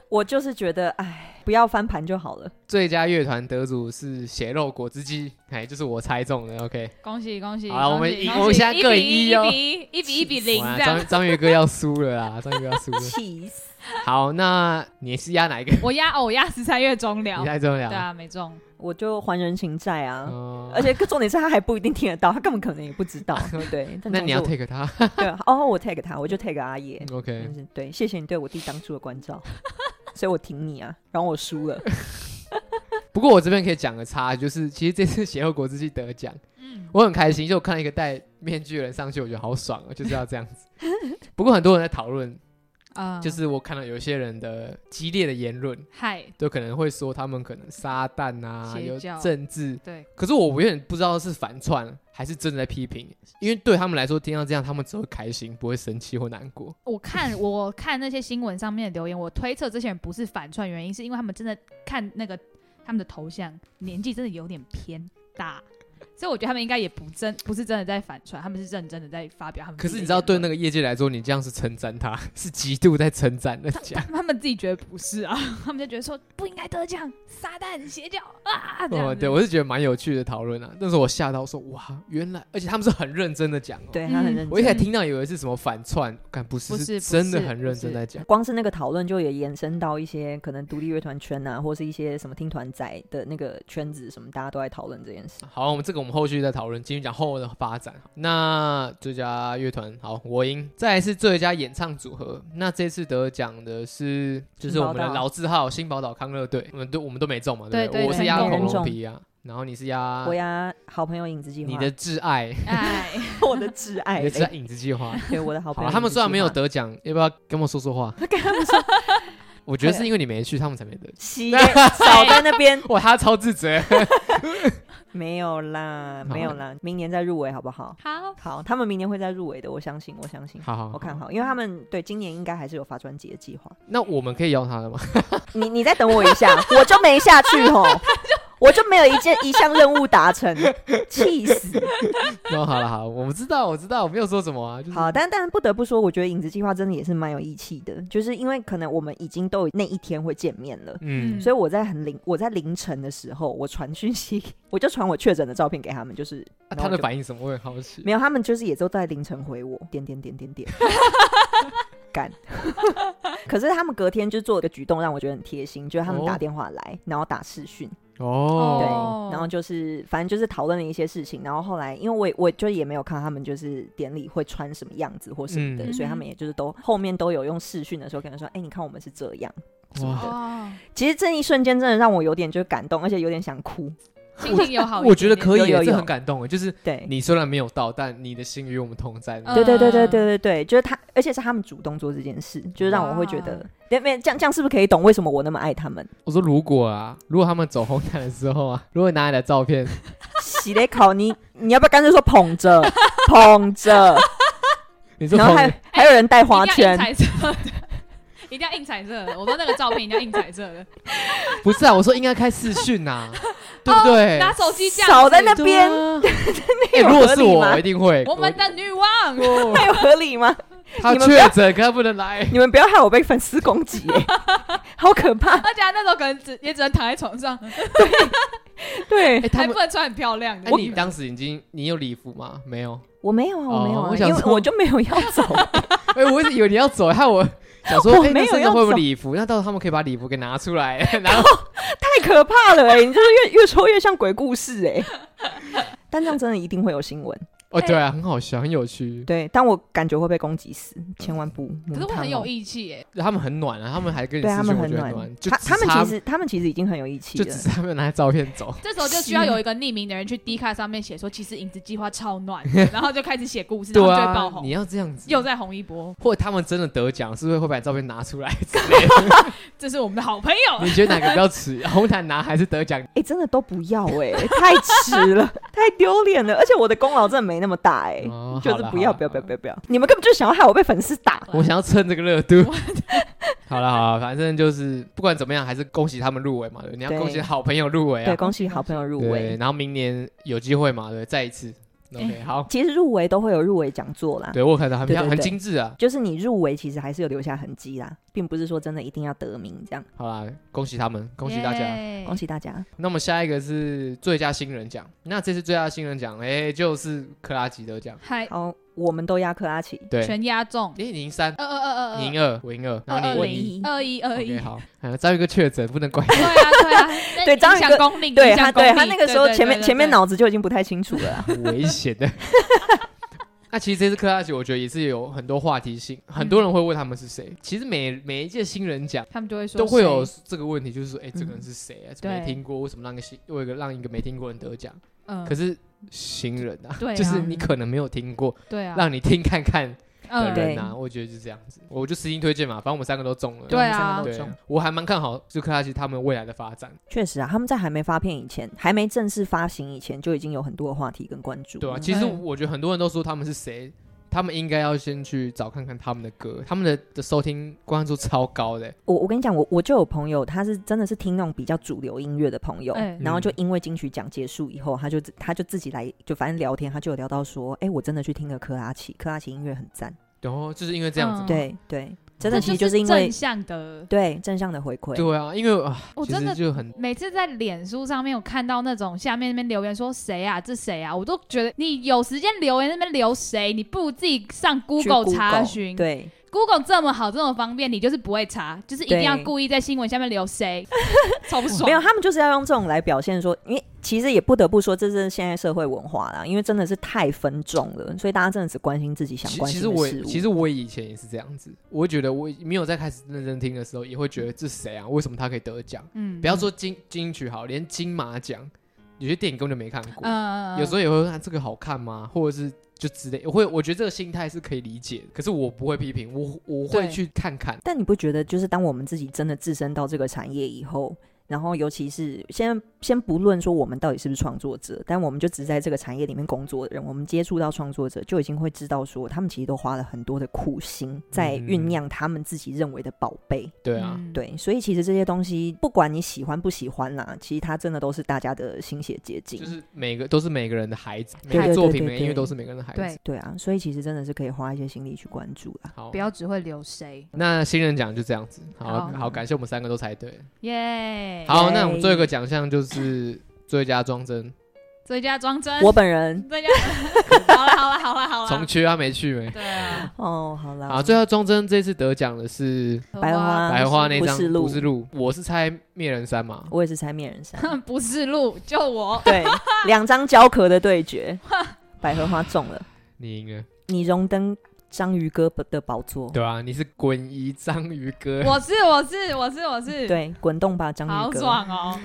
Speaker 2: 我就是觉得，哎，不要翻盘就好了。
Speaker 1: 最佳乐团得主是血肉果汁机，哎，就是我猜中的。OK，
Speaker 3: 恭喜恭喜！
Speaker 1: 好了
Speaker 3: 恭喜
Speaker 1: 我们赢
Speaker 3: 恭喜
Speaker 1: 我们现在各赢
Speaker 3: 一
Speaker 1: 一哦
Speaker 3: 比一，一比一比零
Speaker 1: 哇
Speaker 3: 这样。
Speaker 1: 章章鱼哥要输了啦， 章鱼哥要输了。
Speaker 2: 气死！
Speaker 1: 好，那你是压哪一个？
Speaker 3: 我压哦，我压十三月中了
Speaker 1: 你，猜中了
Speaker 3: 对
Speaker 1: 啊。
Speaker 3: 啊，没中。
Speaker 2: 我就还人情债啊。
Speaker 1: 哦
Speaker 2: 而且重点是他还不一定听得到，他根本可能也不知道。 对，但
Speaker 1: 那你要
Speaker 2: 总之
Speaker 1: take 他。
Speaker 2: 我对哦，我 tag 他，我就 tag 阿爷。
Speaker 1: OK，
Speaker 2: 嗯，对，谢谢你对我弟当初的关照， 所以我挺你啊。然后我输 了，
Speaker 1: 不过我这边可以讲个差，就是其实这次血肉果汁机得奖，
Speaker 3: 嗯，
Speaker 1: 我很开心，就我看到一个戴面具的人上去，我觉得好爽哦，就是要这样子。不过很多人在讨论，
Speaker 3: 啊
Speaker 1: 就是我看到有些人的激烈的言论，
Speaker 3: 嗨，
Speaker 1: 就可能会说他们可能撒旦啊，
Speaker 3: 邪
Speaker 1: 有
Speaker 3: 教
Speaker 1: 政治，
Speaker 3: 对，
Speaker 1: 可是我有点不知道是反串还是真的在批评，因为对他们来说，听到这样他们只会开心，不会生气或难过。
Speaker 3: 我 看我看那些新闻上面的留言，我推测这些人不是反串，原因是因为他们真的看那个他们的头像年纪真的有点偏大，所以我觉得他们应该也不真不是真的在反串，他们是认真的在发表他们
Speaker 1: 可
Speaker 3: 自己的言论。
Speaker 1: 是你知道，对那个业界来说，你这样是称赞他，是极度在称赞人家。
Speaker 3: 他们自己觉得不是啊， 他们就觉得说不应该得奖，撒旦邪教啊！这样
Speaker 1: 哦，
Speaker 3: 子
Speaker 1: 对，我是觉得蛮有趣的讨论啊。那时候我吓到说，哇，原来，而且他们是很认真的讲、哦。，
Speaker 2: 对他很
Speaker 3: 嗯
Speaker 2: 认
Speaker 1: 我一开
Speaker 2: 真。
Speaker 1: 始听到以为是什么反串，看不是，
Speaker 3: 不是不是
Speaker 1: 真的很认真
Speaker 3: 不是
Speaker 1: 在讲。
Speaker 2: 光是那个讨论就也延伸到一些可能独立乐团圈啊，或是一些什么听团仔的那个圈子什么，大家都在讨论这件事。
Speaker 1: 好，我们这个我们后续再讨论，继续讲后的发展。那最佳乐团，好，我赢。再来是最佳演唱组合，那这次得奖的是就是我们
Speaker 2: 新
Speaker 1: 的
Speaker 2: 宝岛
Speaker 1: 老字号新宝岛康乐队，我们都我们都没中嘛，
Speaker 3: 对
Speaker 1: 不
Speaker 3: 对
Speaker 1: 我是
Speaker 3: 对
Speaker 1: 压
Speaker 2: 没
Speaker 1: 恐
Speaker 2: 人
Speaker 1: 龙
Speaker 2: 中
Speaker 1: 皮啊，然后你是压
Speaker 2: 我呀，好朋友影子计划，
Speaker 1: 你的挚爱，
Speaker 3: 哎，
Speaker 2: 我的挚爱哎
Speaker 1: 你的挚爱影子计划。
Speaker 2: 对我的好
Speaker 1: 好
Speaker 2: 朋
Speaker 1: 了，
Speaker 2: 友。
Speaker 1: 他们虽然没有，得奖，要不要跟我说说话？跟他们说，我觉得是因为你没去，他们才没得奖。
Speaker 2: 西少在那 边
Speaker 1: 哇，他超自责。
Speaker 2: 没有啦，
Speaker 1: 好
Speaker 2: 没有啦，明年再入围好不好？
Speaker 3: 好，
Speaker 2: 好，他们明年会再入围的，我相信，我相信。
Speaker 1: 好好，
Speaker 2: 我看好，因为他们对今年应该还是有发专辑的计划。
Speaker 1: 那我们可以邀他了吗？
Speaker 2: 你你再等我一下， 我就没下去吼，我就没有一件一项任务达成，气 死！
Speaker 1: 那好了，好，我们知道，我知道，我没有说什么啊，就是
Speaker 2: 好，但但不得不说，我觉得影子计划真的也是蛮有义气的，就是因为可能我们已经都有那一天会见面了。
Speaker 1: 嗯。
Speaker 2: 所以我在很凌我在凌晨的时候，我传讯息， 我就传我确诊的照片给他们，就是、
Speaker 1: 啊
Speaker 2: 然
Speaker 1: 他
Speaker 2: 后
Speaker 1: 的
Speaker 2: 就
Speaker 1: 反应是什么？我很好奇。
Speaker 2: 没有，他们就是也都在凌晨回我，点点 点点点，干。 可是他们隔天就做了个举动，让我觉得很贴心，就是他们
Speaker 1: 哦
Speaker 2: 打电话来，然后打视讯，对，
Speaker 1: 哦，
Speaker 3: 哦
Speaker 2: 然后就是反正就是讨论了一些事情，然后后来因为我也我就也没有看他们就是典礼会穿什么样子或什么的，
Speaker 1: 嗯
Speaker 2: 所以他们也就是都后面都有用视讯的时候跟他说，哎、你看我们是这样。
Speaker 1: 哇，
Speaker 3: 哦，
Speaker 2: 其实这一瞬间真的让我有点就感动，而且有点想哭。
Speaker 3: 心情有好一点点，
Speaker 1: 我觉得可以
Speaker 2: 有
Speaker 1: 耶，
Speaker 2: 有
Speaker 1: 这
Speaker 2: 有
Speaker 1: 很感动耶。就是
Speaker 2: 对，
Speaker 1: 你虽然没有到，但你的心与我们同在。
Speaker 3: 嗯
Speaker 2: 对对对对对对对，就是他，而且是他们主动做这件事，就是让我会觉
Speaker 3: 哇
Speaker 2: 得，对，没这样这样是不是可以懂为什么我那么爱他们？
Speaker 1: 我说如果啊，如果他们走红毯的时候啊， 如果拿你的照片，
Speaker 2: 洗雷考你，你要不要干脆说捧着 捧着，
Speaker 1: 你说
Speaker 2: 然后
Speaker 1: 捧
Speaker 2: 还还有人戴花圈，
Speaker 3: 哎一定要印彩色的，一定要印彩色的。 我说那个照片一定要印彩色的，
Speaker 1: 不是啊？我说应该开视讯 呐，对不
Speaker 2: 哦
Speaker 1: 对？
Speaker 3: 拿手机这样子
Speaker 2: 少在那
Speaker 1: 对
Speaker 2: 边，
Speaker 1: 啊
Speaker 2: 那
Speaker 1: 哎
Speaker 2: 有
Speaker 1: 如果
Speaker 2: 合
Speaker 1: 是
Speaker 2: 理
Speaker 1: 我，
Speaker 2: 吗
Speaker 1: 我一定会。
Speaker 3: 我们的女王。
Speaker 1: 我
Speaker 2: 那有合理吗？
Speaker 1: 他
Speaker 2: 你们不
Speaker 1: 确
Speaker 2: 要
Speaker 1: 诊，可他不能来。
Speaker 2: 你们不要害我被粉丝攻击、欸，好可 怕！
Speaker 3: 而且他那时候可能只也只能躺在床上，
Speaker 2: 对
Speaker 1: 哎，他
Speaker 3: 还
Speaker 1: 们
Speaker 3: 不，能穿很漂亮的
Speaker 1: 哎，。你当时已经你有礼服吗？没有。
Speaker 2: 我没有啊，我没有
Speaker 1: 哦
Speaker 2: 啊，
Speaker 1: 我想
Speaker 2: 因为
Speaker 1: 说
Speaker 2: 我就没有要走，
Speaker 1: 哎，我一直以为你要走，害我想说，
Speaker 2: 我
Speaker 1: 哎，
Speaker 2: 没
Speaker 1: 那
Speaker 2: 有
Speaker 1: 身上
Speaker 2: 要
Speaker 1: 会不会
Speaker 2: 走
Speaker 1: 礼服？那到时候他们可以把礼服给拿出来， 然后
Speaker 2: 太可怕了哎、你就是越越说越像鬼故事哎、但这样真的一定会有新闻。
Speaker 1: 哦，对啊，很好笑，很有趣。
Speaker 2: 对，但我感觉会被攻击死，千万不。
Speaker 3: 可
Speaker 2: 母
Speaker 3: 是我
Speaker 2: 汤
Speaker 3: 很
Speaker 2: 哦
Speaker 3: 有义气耶，
Speaker 1: 他们很暖啊，他们还跟你
Speaker 2: 对他
Speaker 1: 私讯，
Speaker 2: 们
Speaker 1: 我
Speaker 2: 很
Speaker 1: 觉得很
Speaker 2: 暖，
Speaker 1: 就
Speaker 2: 他
Speaker 1: 只
Speaker 2: 他们
Speaker 1: 差
Speaker 2: 其实他们其实已经很有义气
Speaker 1: 就
Speaker 2: 了
Speaker 1: 只。是他们拿照片 走。
Speaker 3: 这时候就需要有一个匿名的人去 D 卡上面写说，其实影子计划超暖 的，然后就开始写故事，然后就会爆
Speaker 1: 啊，你
Speaker 3: 红，
Speaker 1: 要这样子，
Speaker 3: 又再红一波。
Speaker 1: 或者他们真的得奖，是不是会把你照片拿 出来？
Speaker 3: 这是我们的好朋友，
Speaker 1: 你觉得哪个比较耻？红毯拿还是得 奖？
Speaker 2: 哎、真的都不要哎、太迟了，太丢脸了。而且我的功劳真的没那么大哎、
Speaker 1: 哦
Speaker 2: 就
Speaker 1: 好
Speaker 2: 是
Speaker 1: 啦
Speaker 2: 不要
Speaker 1: 好
Speaker 2: 不要
Speaker 1: 啦
Speaker 2: 不要不要不要！你们根本就想要害我被粉丝打。
Speaker 1: 我想要蹭这个热度。 好了好了，反正就是不管怎么样，还是恭喜他们入围嘛。对，你要
Speaker 2: 对
Speaker 1: 恭喜好朋友入围
Speaker 2: 对，
Speaker 1: 啊。
Speaker 2: 恭喜好朋友入
Speaker 1: 对，
Speaker 2: 围。
Speaker 1: 然后明年有机会嘛，对，再一次。
Speaker 3: 哎
Speaker 1: OK，好，
Speaker 2: 其实入围都会有入围讲座啦，
Speaker 1: 对我有看到很
Speaker 2: 对对
Speaker 1: 漂很
Speaker 2: 对
Speaker 1: 精致啊。
Speaker 2: 就是你入围其实还是有留下痕迹啦，并不是说真的一定要得名这样。
Speaker 1: 好啦，恭喜他们，恭喜大家。
Speaker 3: 耶
Speaker 2: 恭喜大家！
Speaker 1: 那么下一个是最佳新人奖，那这次最佳新人奖，哎、就是克拉吉得奖，
Speaker 3: 嗨，
Speaker 2: 好，我们都压克拉奇，
Speaker 1: 对，哎、
Speaker 3: 全压中，
Speaker 1: 你赢三，
Speaker 3: 二二二二
Speaker 1: 你
Speaker 3: 二
Speaker 1: 赢二，我赢二，然后
Speaker 3: 二
Speaker 1: 你
Speaker 2: 我
Speaker 1: 你
Speaker 2: 赢
Speaker 1: 赢
Speaker 2: 一
Speaker 3: 二一二一。
Speaker 1: OK，。好，啊章鱼哥确诊，不能怪
Speaker 3: 对啊对啊，
Speaker 2: 对章
Speaker 3: 张
Speaker 2: 鱼
Speaker 3: 响
Speaker 2: 哥
Speaker 3: 功力，
Speaker 2: 对
Speaker 3: 影响
Speaker 2: 他，对
Speaker 3: 功
Speaker 2: 他
Speaker 3: 力
Speaker 2: 那个时候前面前面，脑子就已经不太清楚 了啦。啊
Speaker 1: 很危险的。那其实这次克拉吉，我觉得也是有很多话题性，
Speaker 3: 嗯
Speaker 1: 很多人会问他们是谁。其实每每一届新人奖
Speaker 3: 对他们就会说
Speaker 1: 都会有
Speaker 3: 谁，嗯
Speaker 1: 这个问题，就是说，哎、这个人是谁啊？
Speaker 3: 对
Speaker 1: 没听过，为什么让一个新，为一个让一个没听过人得奖？
Speaker 3: 嗯，
Speaker 1: 可是新人啊，
Speaker 3: 对啊
Speaker 1: 就是你可能没有听过，
Speaker 3: 对啊，
Speaker 1: 让你听看看。的
Speaker 3: 嗯
Speaker 1: 人啊，我觉得是这样子，我就私心推荐嘛，反正我们三个都中了。
Speaker 3: 对啊
Speaker 2: 我们
Speaker 1: 对
Speaker 2: 三个都中。，
Speaker 1: 我还蛮看好就克拉奇他们未来的发展，
Speaker 2: 确实啊，他们在还没发片以前，还没正式发行以前，就已经有很多的话题跟关注。
Speaker 1: 对啊，
Speaker 2: 嗯
Speaker 1: 其实
Speaker 3: 对
Speaker 1: 我觉得很多人都说他们是谁，他们应该要先去找看看他们的歌，他们的的收听关注超高的、
Speaker 2: 我我跟你讲，我我就有朋友，他是真的是听那种比较主流音乐的朋友，
Speaker 1: 嗯
Speaker 3: 哎
Speaker 2: 然后就因为金曲奖结束以后，他就他就自己来，就反正聊天，他就有聊到说，哎、我真的去听了克拉奇，克拉奇音乐很赞，
Speaker 1: 然后就是因为这样子嘛，
Speaker 3: 嗯
Speaker 2: 对对，真的
Speaker 3: 这
Speaker 2: 其实
Speaker 3: 就是
Speaker 2: 因为
Speaker 3: 正向的。
Speaker 2: 对正向的回馈，
Speaker 1: 对啊，因为啊，
Speaker 3: 嗯我
Speaker 1: 其
Speaker 3: 真的
Speaker 1: 实就很
Speaker 3: 每次在脸书上面，我看到那种下面那边留言说谁啊，这谁啊，我都觉得你有时间留言那边留谁，你不如自己上
Speaker 2: 去
Speaker 3: Google 查询。
Speaker 2: 对，
Speaker 3: Google 这么好，这么方便，你就是不会查，就是一定
Speaker 2: 对
Speaker 3: 要故意在新闻下面留谁， 超不爽。
Speaker 2: 没有，他们就是要用这种来表现说，因为其实也不得不说，这是现在社会文化啦，因为真的是太分众了，所以大家真的只关心自己想
Speaker 1: 其
Speaker 2: 关
Speaker 1: 其
Speaker 2: 心
Speaker 1: 实
Speaker 2: 的
Speaker 1: 我
Speaker 2: 事
Speaker 1: 也
Speaker 2: 物。
Speaker 1: 其实我以前也是这样子，我会觉得我没有在开始认真听的时候，也会觉得这谁啊？为什么他可以得奖？
Speaker 3: 嗯
Speaker 1: 不要说金金曲好，连金马奖，有些电影根本就没看过，
Speaker 3: 嗯，
Speaker 1: 有时候也会啊看这个好看吗？或者是就之类，我会我觉得这个心态是可以理解的，可是我不会批评，我我会
Speaker 3: 对
Speaker 1: 去看看。
Speaker 2: 但你不觉得，就是当我们自己真的置身到这个产业以后，然后尤其是先先不论说我们到底是不是创作者，但我们就只是在这个产业里面工作的人，我们接触到创作者，就已经会知道说，他们其实都花了很多的苦心在
Speaker 1: 嗯
Speaker 2: 酝酿他们自己认为的宝贝。
Speaker 1: 对啊，
Speaker 3: 嗯，
Speaker 2: 对，所以其实这些东西，不管你喜欢不喜欢啦，其实它真的都是大家的心血结晶。
Speaker 1: 就是每个都是每个人的孩子，每
Speaker 2: 对
Speaker 1: 个
Speaker 2: 对
Speaker 1: 作
Speaker 2: 对
Speaker 1: 品、
Speaker 2: 对
Speaker 1: 每个音乐
Speaker 2: 对
Speaker 1: 都是每个人的孩
Speaker 3: 对
Speaker 1: 子。
Speaker 2: 对啊，所以其实真的是可以花一些心力去关注啦。
Speaker 1: 好
Speaker 3: 不，要只会留谁，
Speaker 1: 那新人奖就这样子，好
Speaker 3: 好
Speaker 1: 好感谢我们三个都猜对。
Speaker 2: 嗯
Speaker 3: 耶！
Speaker 1: 好，那我们最后一个奖项就是最佳装帧，
Speaker 3: 最佳装帧，
Speaker 2: 我本人
Speaker 3: 最佳， 好了好了好了好了，
Speaker 1: 从缺啊没去没。
Speaker 3: 对啊，
Speaker 2: 哦，好啦，
Speaker 1: 啊，最后庄真这次得奖的是
Speaker 2: 白花
Speaker 1: 百合花那
Speaker 2: 不
Speaker 1: 张
Speaker 2: 是
Speaker 1: 不
Speaker 2: 路
Speaker 1: 是路，我是猜灭人山嘛，
Speaker 2: 我也是猜面人山。
Speaker 3: 不是路，就我。
Speaker 2: 对，两张胶壳的对决， 百合花中了，
Speaker 1: 你赢了，
Speaker 2: 你荣登章鱼哥的宝座。
Speaker 1: 对啊，你是滚移章鱼哥。
Speaker 3: 我是我是我是我是，，
Speaker 2: 对，滚动吧，章
Speaker 3: 好
Speaker 2: 鱼哥。
Speaker 3: 爽哦！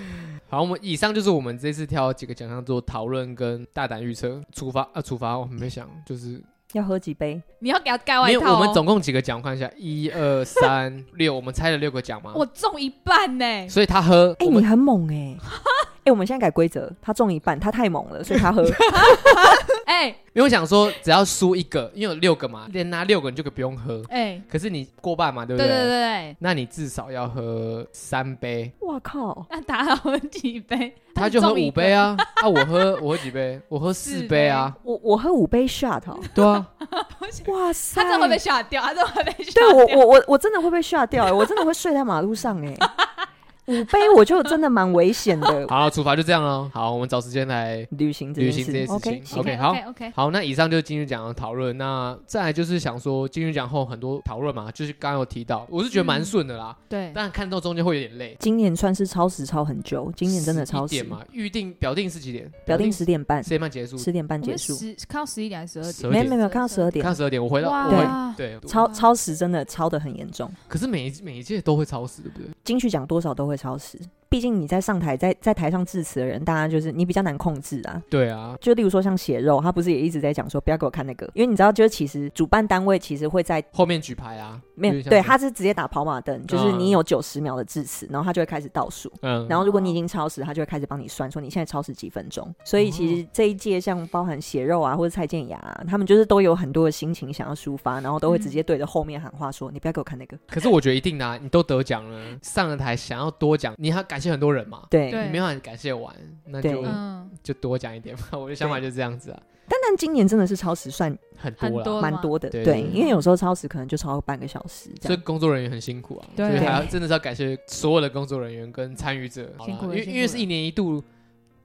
Speaker 1: 好，我们以上就是我们这次挑几个奖项做讨论跟大胆预测。处罚啊，处罚我们没想，就是
Speaker 2: 要喝几杯？
Speaker 3: 你要给他盖外
Speaker 1: 没有，
Speaker 3: 套哦。
Speaker 1: 我们总共几个奖？我看一下，一二三六， 我们猜了六个奖嘛。
Speaker 3: 我中一 半呢，
Speaker 1: 所以他喝，
Speaker 2: 哎、
Speaker 1: 我
Speaker 2: 你
Speaker 1: 们
Speaker 2: 很猛哎、 哎、我们现在改规则，他中一半，他太猛了，所以他喝。
Speaker 3: 哎
Speaker 1: 因为我想说，只要输一个，因为有六个嘛，连拿六个你就可以不用喝。
Speaker 3: 哎，
Speaker 1: 可是你过半嘛，对不
Speaker 3: 对对
Speaker 1: 对
Speaker 3: 对对，
Speaker 1: 那你至少要喝三杯，
Speaker 2: 哇靠！
Speaker 3: 那打好几杯，
Speaker 1: 他就喝
Speaker 3: 中一
Speaker 1: 五
Speaker 3: 个
Speaker 1: 杯，啊， 啊，我喝我喝几杯，我喝四杯啊，
Speaker 2: 我我喝五杯 shot 哦，
Speaker 1: 对啊，
Speaker 2: 哇塞！
Speaker 3: 他真的会被吓掉，他真的会被吓
Speaker 2: 对
Speaker 3: 掉。
Speaker 2: 我我我我真的会被吓掉、欸，我真的会睡在马路上 哎、五杯我就真的蛮危险的，
Speaker 1: 好，处罚就这样喽。好，我们找时间来。
Speaker 2: 旅行这
Speaker 1: 旅
Speaker 2: 件
Speaker 1: 行
Speaker 2: 事
Speaker 1: 这件事
Speaker 2: OK，
Speaker 1: 情
Speaker 2: 行
Speaker 1: OK，好
Speaker 3: OK OK，
Speaker 1: 好，那以上就是金曲奖的讨论。那再来就是想说，金曲奖后很多讨论嘛，就是刚刚有提到，我是觉得蛮顺的啦，
Speaker 3: 对，
Speaker 2: 嗯
Speaker 1: 但看到中间会有点累。
Speaker 2: 今年算是超时超很久，今年真的超
Speaker 1: 11点
Speaker 2: 时，
Speaker 1: 嘛，预定表定是几点？
Speaker 2: 表定十点半
Speaker 1: 十，点半结束，
Speaker 2: 十点半
Speaker 3: 我
Speaker 2: 结
Speaker 3: 们
Speaker 2: 束，
Speaker 3: 十看到十一点还是十二
Speaker 1: 12点
Speaker 3: 点？
Speaker 2: 没有没有没有，看到十二点
Speaker 1: 看，十二点，我回到啊
Speaker 3: 哇
Speaker 1: 我回对，
Speaker 2: 超超时真的超的很严重，
Speaker 1: 可是每一每一届都会超时，对不对？
Speaker 2: 金曲奖多少都会超时，毕竟你在上台在在台上致辞的人，大家就是你比较难控制啊，
Speaker 1: 对啊，
Speaker 2: 就例如说像血肉，他不是也一直在讲说不要给我看那个，因为你知道，就是其实主办单位其实会在
Speaker 1: 后面举牌啊，
Speaker 2: 没
Speaker 1: 有点
Speaker 2: 有
Speaker 1: 像这
Speaker 2: 对，
Speaker 1: 样
Speaker 2: 他是直接打跑马灯，就是
Speaker 1: 嗯
Speaker 2: 你有九十秒的致辞，然后他就会开始倒数。
Speaker 1: 嗯，
Speaker 2: 然后，如果你已经超时，他就会开始帮你算，说你现在超时几分钟。所以
Speaker 1: 嗯
Speaker 2: 其实这一届像包含血肉啊，或者蔡健雅、啊，他们就是都有很多的心情想要抒发，然后都会直接对着后面喊话说：“你不要给我看那个。
Speaker 1: 可是我觉得一定的、啊，你都得奖了，上了台想要多讲，你还要感谢很多人嘛，
Speaker 2: 对”
Speaker 3: 对
Speaker 1: 你没办法感谢完，那就
Speaker 2: 对
Speaker 3: 嗯，
Speaker 1: 就多讲一点嘛。我的想法就是这样子啊，
Speaker 2: 但今年真的是超时算
Speaker 1: 很
Speaker 3: 很
Speaker 1: 多啦，
Speaker 3: 多了
Speaker 2: 蛮
Speaker 3: 吗
Speaker 2: 多的，
Speaker 1: 对
Speaker 2: 对，
Speaker 1: 对
Speaker 2: 因为有时候超时可能就超过半个小时这
Speaker 1: 所以
Speaker 2: 样。
Speaker 1: 工作人员很辛苦啊，
Speaker 3: 对
Speaker 1: 所以还要真的是要感谢所有的工作人员跟参与者，好啦
Speaker 3: 辛苦
Speaker 1: 因
Speaker 3: 了
Speaker 1: 为
Speaker 3: 辛苦
Speaker 1: 因为是
Speaker 3: 了
Speaker 1: 一年一度，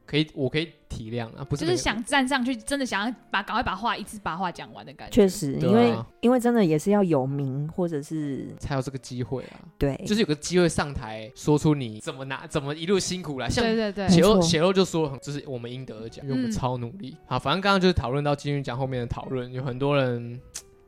Speaker 1: 可以我可以体谅啊，不是
Speaker 3: 就
Speaker 1: 每个
Speaker 3: 是想站上去，真的想要把赶快把话一次把话讲完的感觉。
Speaker 2: 确实，
Speaker 1: 对啊
Speaker 2: 因为、因为真的也是要有名，或者是
Speaker 1: 才有这个机会啊，
Speaker 2: 对，
Speaker 3: 哎
Speaker 1: 就是有个机会上台说出你怎么拿怎么一路辛苦来，像
Speaker 3: 对对对，
Speaker 1: 血肉
Speaker 2: 没错
Speaker 1: 血肉就说了很，就是我们应得的奖，因为我们
Speaker 3: 嗯
Speaker 1: 超努力。好，反正刚刚就是讨论到金曲奖后面的讨论，有很多人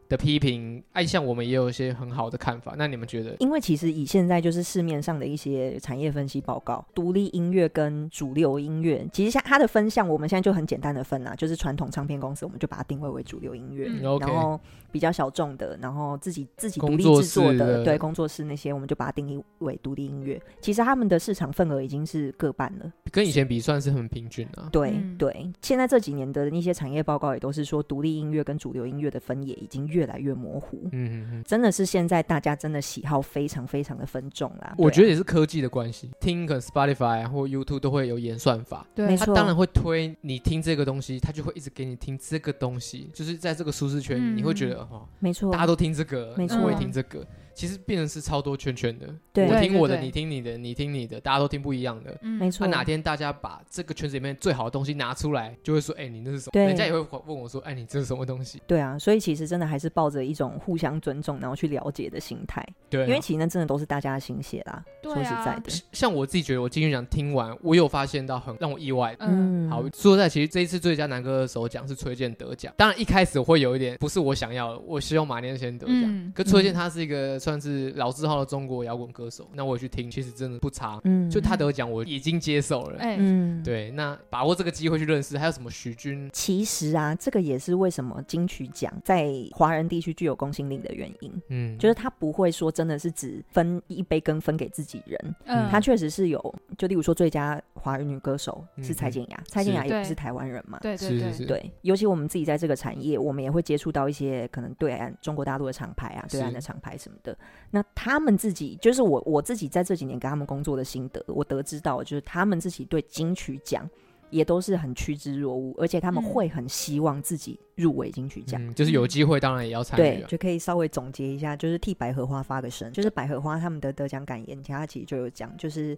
Speaker 1: 的批评，哎，像我们也有一些很好的看法。那你们觉得？
Speaker 2: 因为其实以现在就是市面上的一些产业分析报告，独立音乐跟主流音乐，其实像它的分项，我们现在就很简单的分啦、就是传统唱片公司，我们就把它定位为主流音乐，
Speaker 3: 嗯
Speaker 1: ，OK，
Speaker 2: 然后比较小众的，然后自己自己独立
Speaker 1: 工作
Speaker 2: 制作
Speaker 1: 室的
Speaker 2: 的，对工作室那些，我们就把它定义为独立音乐。其实他们的市场份额已经是各半了。
Speaker 1: 跟以前比算是很平均啊。
Speaker 2: 对、
Speaker 3: 嗯
Speaker 2: 对，现在这几年的一些产业报告也都是说，独立音乐跟主流音乐的分野已经越来越模糊。
Speaker 1: 嗯嗯嗯，
Speaker 2: 真的是现在大家真的喜好非常非常的分众啦。
Speaker 1: 我觉
Speaker 2: 得
Speaker 1: 得也是科技的关系，听可能 Spotify 啊或 YouTube 都会有演算法，
Speaker 3: 对
Speaker 2: 没
Speaker 1: 它
Speaker 2: 错
Speaker 1: 当然会推你听这个东西，它就会一直给你听这个东西，就是在这个舒适圈，
Speaker 3: 嗯
Speaker 1: 你会觉得哦，
Speaker 2: 没错
Speaker 1: 大，家都听这个，
Speaker 2: 没
Speaker 1: 你不会
Speaker 3: 错
Speaker 1: 听这个，其实变成是超多圈圈的，
Speaker 2: 对
Speaker 1: 我听我的，
Speaker 3: 对对对
Speaker 1: 你听你的，你听你的，大家都听不一样的。
Speaker 3: 嗯
Speaker 2: 没
Speaker 1: 那、
Speaker 2: 错，
Speaker 1: 哪天大家把这个圈子里面最好的东西拿出来，就会说：“哎、你那是什么？”
Speaker 2: 对
Speaker 1: 人家也会问我说：“哎、你这是什么东西
Speaker 2: 对啊，所以其实真的还是抱着一种互相尊重，然后去了解的心态，？”
Speaker 1: 对啊、
Speaker 2: 因为其实那真的都是大家的心血啦。
Speaker 3: 对啊
Speaker 2: 说实在的，
Speaker 1: 像我自己觉得，我金曲奖听完，我有发现到很让我意外。
Speaker 3: 嗯，
Speaker 1: 好，说实在，其实这一次最佳男歌手奖是崔健得奖。当然，一开始我会有一点不是我想要的，我希望马念先得奖。
Speaker 3: 嗯
Speaker 1: 可崔健他是一个算是老字号的中国摇滚歌手，那我也去听，其实真的不差。
Speaker 2: 嗯
Speaker 1: 就他得奖，我已经接受了。
Speaker 3: 哎，
Speaker 2: 嗯，
Speaker 1: 对，那把握这个机会去认识，还有什么许君？
Speaker 2: 其实啊，这个也是为什么金曲奖在华人地区具有公信力的原因。
Speaker 1: 嗯，
Speaker 2: 就是他不会说真的是只分一杯羹分给自己人，
Speaker 1: 嗯
Speaker 2: 他确实是有，就例如说最佳华人女歌手是蔡
Speaker 1: 嗯
Speaker 2: 健雅，蔡健雅也不是
Speaker 3: 对
Speaker 2: 台湾人嘛，
Speaker 3: 对对
Speaker 1: 是是
Speaker 3: 对，
Speaker 1: 是，
Speaker 2: 对，尤其我们自己在这个产业，我们也会接触到一些可能对岸中国大陆的厂牌啊，对岸
Speaker 1: 是
Speaker 2: 的厂牌什么的。那他们自己，就是我我自己在这几年跟他们工作的心得，我得知到就是他们自己对金曲奖也都是很趋之若鹜，而且他们
Speaker 3: 嗯
Speaker 2: 会很希望自己入围金曲奖。
Speaker 1: 嗯，就是有机会当然也要参与
Speaker 2: 对，
Speaker 1: 啊。
Speaker 2: 就可以稍微总结一下，就是替百合花发个声。就是百合花他们的得奖感言，其实他其实就有讲，就是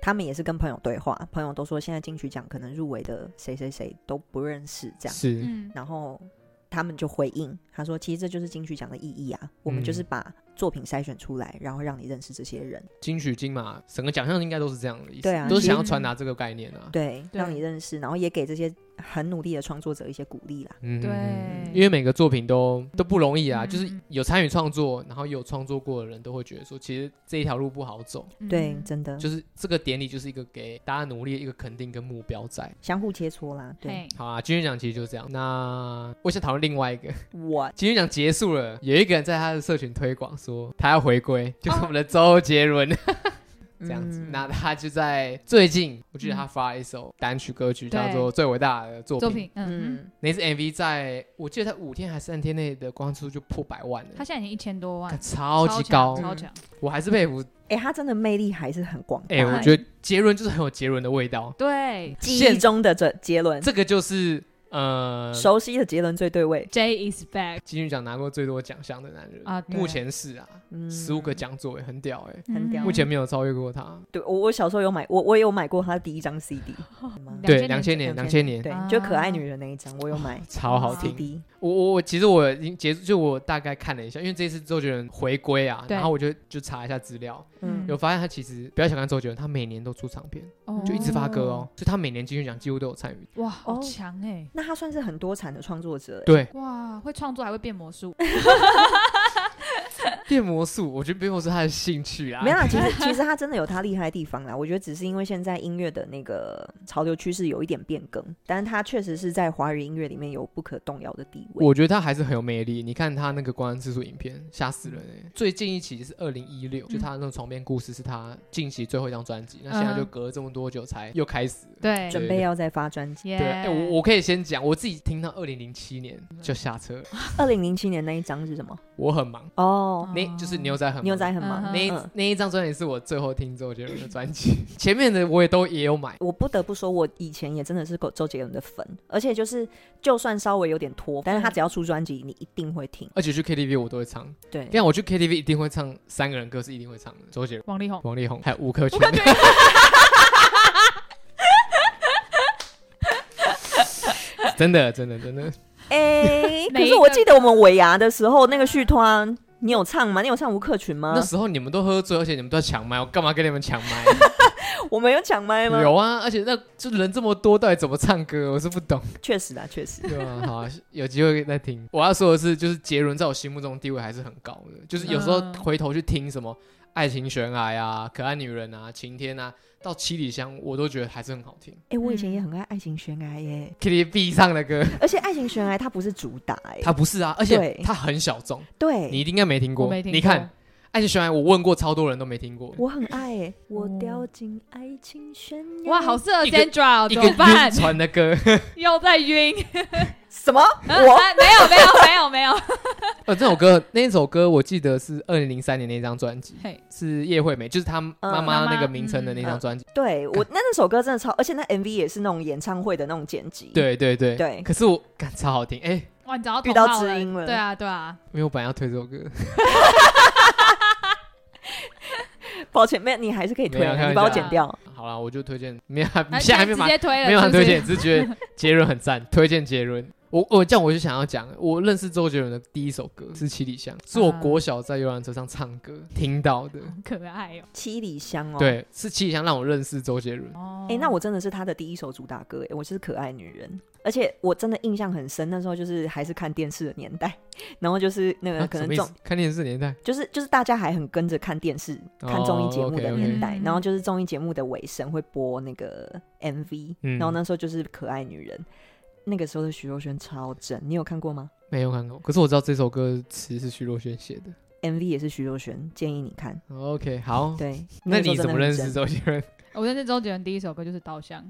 Speaker 2: 他们也是跟朋友对话，朋友都说现在金曲奖可能入围的谁谁谁都不认识，这样。
Speaker 1: 是，
Speaker 3: 嗯
Speaker 2: 然后他们就回应他说：“其实这就是金曲奖的意义啊，我们
Speaker 1: 嗯
Speaker 2: 就是把作品筛选出来，然后让你认识这些人，
Speaker 1: 金曲金马整个奖项应该都是这样的意思，
Speaker 2: 对啊
Speaker 1: 都是
Speaker 2: 其实
Speaker 1: 想要传达这个概念啊。
Speaker 2: 对，
Speaker 3: 对
Speaker 2: 让你认识，然后也给这些很努力的创作者一些鼓励啦。
Speaker 1: 嗯，嗯，嗯
Speaker 3: 对，
Speaker 1: 因为每个作品都都不容易啊，
Speaker 3: 嗯
Speaker 1: 就是有参与创作，然后有创作过的人都会觉得说，其实这一条路不好走，
Speaker 3: 嗯
Speaker 2: 对，真的
Speaker 1: 就是这个典礼就是一个给大家努力的一个肯定跟目标在。
Speaker 2: 相互切磋啦。对，
Speaker 3: 嘿
Speaker 1: 好啊，金曲奖其实就是这样。那我想讨论另外一个，
Speaker 2: 我
Speaker 1: 金曲奖结束了，有一个人在他的社群推广说他要回归，就是我们的周杰伦。
Speaker 3: 嗯
Speaker 1: 这样子，
Speaker 2: 嗯
Speaker 1: 那他就在最近，我记得他发了一首单曲歌曲，
Speaker 3: 对
Speaker 1: 叫做《最伟大的作品》。
Speaker 3: 作品，嗯，嗯
Speaker 2: 嗯，
Speaker 1: 那支 MV 在我记得在五天还是三天内的光出就破百万
Speaker 3: 他
Speaker 1: 了，
Speaker 3: 现在已经一千多
Speaker 1: 看
Speaker 3: 万，
Speaker 1: 超级
Speaker 3: 强
Speaker 1: 高，
Speaker 3: 超强，
Speaker 1: 我还是佩服。
Speaker 2: 哎，他真的魅力还是很广
Speaker 1: 哎、
Speaker 2: 大
Speaker 1: 我。觉得杰伦就是很有杰伦的味道，
Speaker 3: 对
Speaker 2: 记
Speaker 1: 现
Speaker 2: 忆中的这杰伦，
Speaker 1: 这个就是呃，
Speaker 2: 熟悉的杰伦最对位。
Speaker 3: ，J is back
Speaker 1: 金曲奖拿过最多奖项的男人
Speaker 3: 啊对
Speaker 1: 目前是啊，
Speaker 2: 嗯
Speaker 1: 十五个奖座也很屌哎、
Speaker 2: 很屌
Speaker 3: 嗯
Speaker 1: 目前没有超越过他。
Speaker 2: 对我我小时候有买，我我有买过他的第一张 CD，吗
Speaker 1: 对，两
Speaker 3: 2000
Speaker 1: 千
Speaker 3: 年
Speaker 1: 年，两千
Speaker 2: 2000
Speaker 1: 年，
Speaker 2: 对嗯
Speaker 3: 啊，
Speaker 2: 就可爱女人那一张，我有买
Speaker 1: 超好听。
Speaker 2: CD。
Speaker 1: 我我我其实我已经结束，就我大概看了一下，因为这次周杰伦回归啊，
Speaker 3: 对
Speaker 1: 然后我就就查一下资料，
Speaker 2: 嗯
Speaker 1: 有发现他其实不要小看周杰伦，他每年都出唱片。就一直发歌哦，所以他每年金曲奖几乎都有参与。
Speaker 3: 嗯哇，好
Speaker 2: 哦
Speaker 3: 强哎，
Speaker 2: 那他算是很多产的创作者欸，
Speaker 1: 对，
Speaker 3: 哇，会创作还会变魔术，
Speaker 1: 变魔术，我觉得变魔术他的兴趣啊，
Speaker 2: 没有啦，其实其实他真的有他厉害的地方啦。我觉得只是因为现在音乐的那个潮流趋势有一点变更，但是他确实是在华语音乐里面有不可动摇的地位。
Speaker 1: 我觉得他还是很有魅力。你看他那个观看次数影片，吓死人哎、最近一期是二零一六，
Speaker 2: 嗯
Speaker 1: 就他那种床边故事是他近期最后一张专辑，那现在就隔了这么多久才又开始。
Speaker 3: 对，
Speaker 2: 准备要再发专辑，
Speaker 3: 耶，
Speaker 1: 对，哎、我我可以先讲，我自己听到二零零七年
Speaker 2: 嗯
Speaker 1: 就下车了，
Speaker 2: 二零零七年那一张是什么？
Speaker 1: 我很忙，
Speaker 2: 哦，
Speaker 3: 哦
Speaker 1: 那就是牛仔很忙
Speaker 2: 牛仔很
Speaker 3: 嗯
Speaker 2: 忙
Speaker 1: 那一、
Speaker 2: 嗯
Speaker 1: 那一张专辑是我最后听周杰伦的专辑，前面的我也都也有买，
Speaker 2: 我不得不说，我以前也真的是周周杰伦的粉，而且就是就算稍微有点拖，但
Speaker 3: 嗯
Speaker 2: 是他只要出专辑，你一定会听。
Speaker 1: 而且去 KTV 我都会唱。
Speaker 2: 对
Speaker 1: 这，样我去 KTV 一定会唱三个人歌是一定会唱的，周杰伦、
Speaker 3: 王力宏，
Speaker 1: 王力宏还有吴克群。真的，真的， 真的，
Speaker 2: 哎、可
Speaker 3: 每一
Speaker 2: 是我
Speaker 3: 个
Speaker 2: 记得我们尾牙的时候，那个续托啊，你有唱吗？你有唱吴克群吗
Speaker 3: 啊
Speaker 1: 那？时候你们都喝醉，而且你们都在抢麦，我干嘛跟你们抢麦？
Speaker 2: 我们有抢麦吗？
Speaker 1: 有啊，而且那就人这么多，到底怎么唱歌？我是不 懂。
Speaker 2: 确实啊，确实。
Speaker 1: 对啊， 好啊，有机会再听。我要说的是，就是杰伦在我心目中地位还是很高的，就是有时候
Speaker 3: 嗯
Speaker 1: 回头去听什么《爱情悬崖》啊、《可爱女人》啊、《晴天》啊，到《七里香》，我都觉得还是很好听。
Speaker 2: 哎、我以前也很爱《爱情悬崖》耶，
Speaker 1: K T V 上的
Speaker 3: 哎
Speaker 1: 歌，
Speaker 2: 而且《爱情悬崖》它不是主打哎，
Speaker 1: 它不是啊，而且
Speaker 2: 对
Speaker 1: 它很小众，
Speaker 2: 对，
Speaker 1: 你应该没听
Speaker 3: 哎我
Speaker 1: 过。
Speaker 3: 没听。，
Speaker 1: 你看《爱情悬崖》，我问过超多人都没听过。
Speaker 2: 我很爱哎，我
Speaker 3: 哦
Speaker 2: 掉进爱情悬崖。
Speaker 3: 哇，好适合
Speaker 1: 一个
Speaker 3: Sandra，哦
Speaker 1: 一
Speaker 3: 怎
Speaker 1: 个
Speaker 3: 么办
Speaker 1: 晕？船的歌，
Speaker 3: 又在晕。
Speaker 2: 什么？
Speaker 3: 啊
Speaker 2: 我
Speaker 3: 啊没有没有没有没有。
Speaker 1: 呃，这首歌那首歌我记得是二零零三年那张专辑，
Speaker 3: 嘿
Speaker 1: 是叶惠美，就是她
Speaker 2: 嗯
Speaker 1: 妈妈
Speaker 3: 妈妈
Speaker 1: 那个名称的那张专辑。
Speaker 2: 对我那那首歌真的超，而且那 MV 也是那种演唱会的那种剪辑。，
Speaker 1: 对对对
Speaker 2: 对
Speaker 1: 可是我感超好听，哎、
Speaker 3: 哇，你找到
Speaker 2: 遇到
Speaker 3: 同好
Speaker 2: 知音了
Speaker 3: 对啊对啊，
Speaker 1: 因为我本来要推这首歌，
Speaker 2: 抱歉，没有，你还是可以推
Speaker 1: 没有开
Speaker 2: 啊，
Speaker 1: 玩
Speaker 2: 你把我
Speaker 3: 笑
Speaker 2: 剪掉。
Speaker 1: 好啦，我就推荐，没有 啊，
Speaker 3: 那
Speaker 1: 现在还没
Speaker 3: 直
Speaker 1: 把
Speaker 3: 接推了，
Speaker 1: 没有
Speaker 3: 是
Speaker 1: 很
Speaker 3: 不
Speaker 1: 推
Speaker 3: 是
Speaker 1: 荐，只是觉得杰伦很赞，推荐杰伦。我我这样我就想要讲，我认识周杰伦的第一首歌是《七里香》，是我
Speaker 3: 啊
Speaker 1: 国小在游览车上唱歌听到的，
Speaker 3: 很 可爱哦。
Speaker 2: 七里香哦，，
Speaker 1: 对，是《七里香》让我认识周杰伦。
Speaker 3: 哦
Speaker 2: 哎、那我真的是他的第一首主打歌哎，我就是可爱女人。而且我真的印象很深，那时候就是还是看电视的年代，然后就是那个
Speaker 1: 啊
Speaker 2: 可
Speaker 1: 什
Speaker 2: 能
Speaker 1: 么意
Speaker 2: 中
Speaker 1: 思？看电视年代，
Speaker 2: 就是就是大家还很跟着看电视、
Speaker 1: 哦
Speaker 2: 看综艺节目的年代
Speaker 3: OK，OK
Speaker 2: 然后就是综艺节目的尾声会播那个 MV，、
Speaker 1: 嗯
Speaker 2: 然后那时候就是《可爱女人》，那个时候的徐若瑄超正，你有看过吗
Speaker 1: 没有看过，可是我知道这首歌词是徐若瑄写的。
Speaker 2: ？MV 也是徐若瑄，建议你看。
Speaker 1: OK，好，
Speaker 2: 对，
Speaker 1: 哦那
Speaker 2: 个时候
Speaker 1: 你怎么
Speaker 2: 真的
Speaker 1: 认
Speaker 2: 很
Speaker 1: 识周
Speaker 2: 正？
Speaker 1: 杰伦？
Speaker 3: 我认识周杰伦第一首歌就是《稻香》，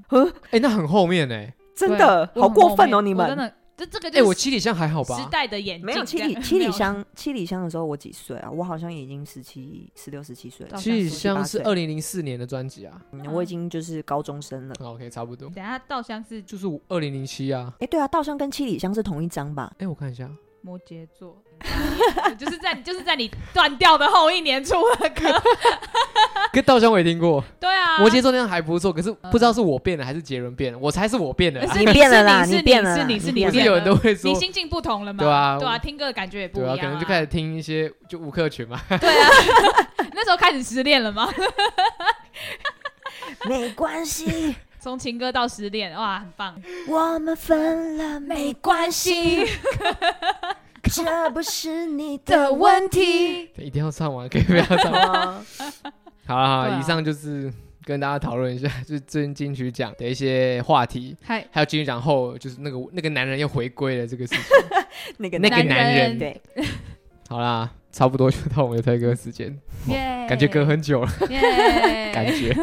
Speaker 1: 哎，那很后面哎，
Speaker 2: 真的
Speaker 3: 对
Speaker 2: 好过分哦，
Speaker 3: 我很
Speaker 2: 你
Speaker 3: 我真
Speaker 2: 们
Speaker 3: 的这这个
Speaker 1: 哎，
Speaker 3: 就
Speaker 1: 我
Speaker 3: 是
Speaker 1: 七里香还好
Speaker 3: 时
Speaker 1: 吧？
Speaker 3: 代的眼镜
Speaker 2: 没有七里
Speaker 3: 这样
Speaker 2: 七里。
Speaker 3: 没有
Speaker 2: 香七里香的时候我几岁啊？我好像已经十七、十六、十七岁了
Speaker 3: 稻，
Speaker 1: 七里香
Speaker 2: 18
Speaker 1: 是
Speaker 2: 岁
Speaker 1: 二零零四年的专辑啊。
Speaker 2: 嗯我已经就是高中生了。
Speaker 1: OK，差不多，
Speaker 3: 等一下稻香是
Speaker 1: 就是二零零七啊。
Speaker 2: 哎，对啊，稻香跟七里香是同一张吧？
Speaker 1: 哎，我看一下，
Speaker 3: 摩羯座， 就是在就是在你断掉的后一年出 的歌。
Speaker 1: 跟稻香我也听过，
Speaker 3: 对啊，
Speaker 1: 摩羯座那样还不错，可是不知道是我变了还是杰伦变了，我猜是我变了啦。
Speaker 3: 是
Speaker 2: 你
Speaker 3: 你
Speaker 2: 变了
Speaker 3: 是
Speaker 2: 啦，
Speaker 3: 你是
Speaker 2: 你变了
Speaker 3: 你
Speaker 2: 啦，
Speaker 3: 是你 是
Speaker 2: 变
Speaker 1: 啊不
Speaker 3: 你
Speaker 1: 是
Speaker 2: 了
Speaker 1: 有人都会说
Speaker 3: 你，心境不同了嘛？
Speaker 1: 对啊
Speaker 3: 对啊，听歌的感觉也不一
Speaker 1: 对
Speaker 3: 样、
Speaker 1: 啊，可能就开始听一些就吴克群嘛，
Speaker 3: 对啊， 那时候开始失恋了吗？
Speaker 2: 没关系，
Speaker 3: 从情歌到失恋，哇，很棒。
Speaker 2: 我们分了没关系， 这不是你的问题。
Speaker 1: 一定要唱完，可以不要唱完。
Speaker 2: 哦
Speaker 1: 好了，好
Speaker 3: 对
Speaker 1: 啦
Speaker 3: 啊
Speaker 1: 以上就是跟大家讨论一下，就是最近金曲奖的一些话题。
Speaker 3: 嗨，
Speaker 1: 还有金曲奖后，就是那个那个男人又回归了这个事情。
Speaker 2: 那个
Speaker 1: 那个男人
Speaker 2: 对，
Speaker 1: 好啦， 差不多就到我们的推歌时间，
Speaker 3: 耶，
Speaker 1: 哦感觉隔很久了， 感
Speaker 3: 耶，
Speaker 1: 觉。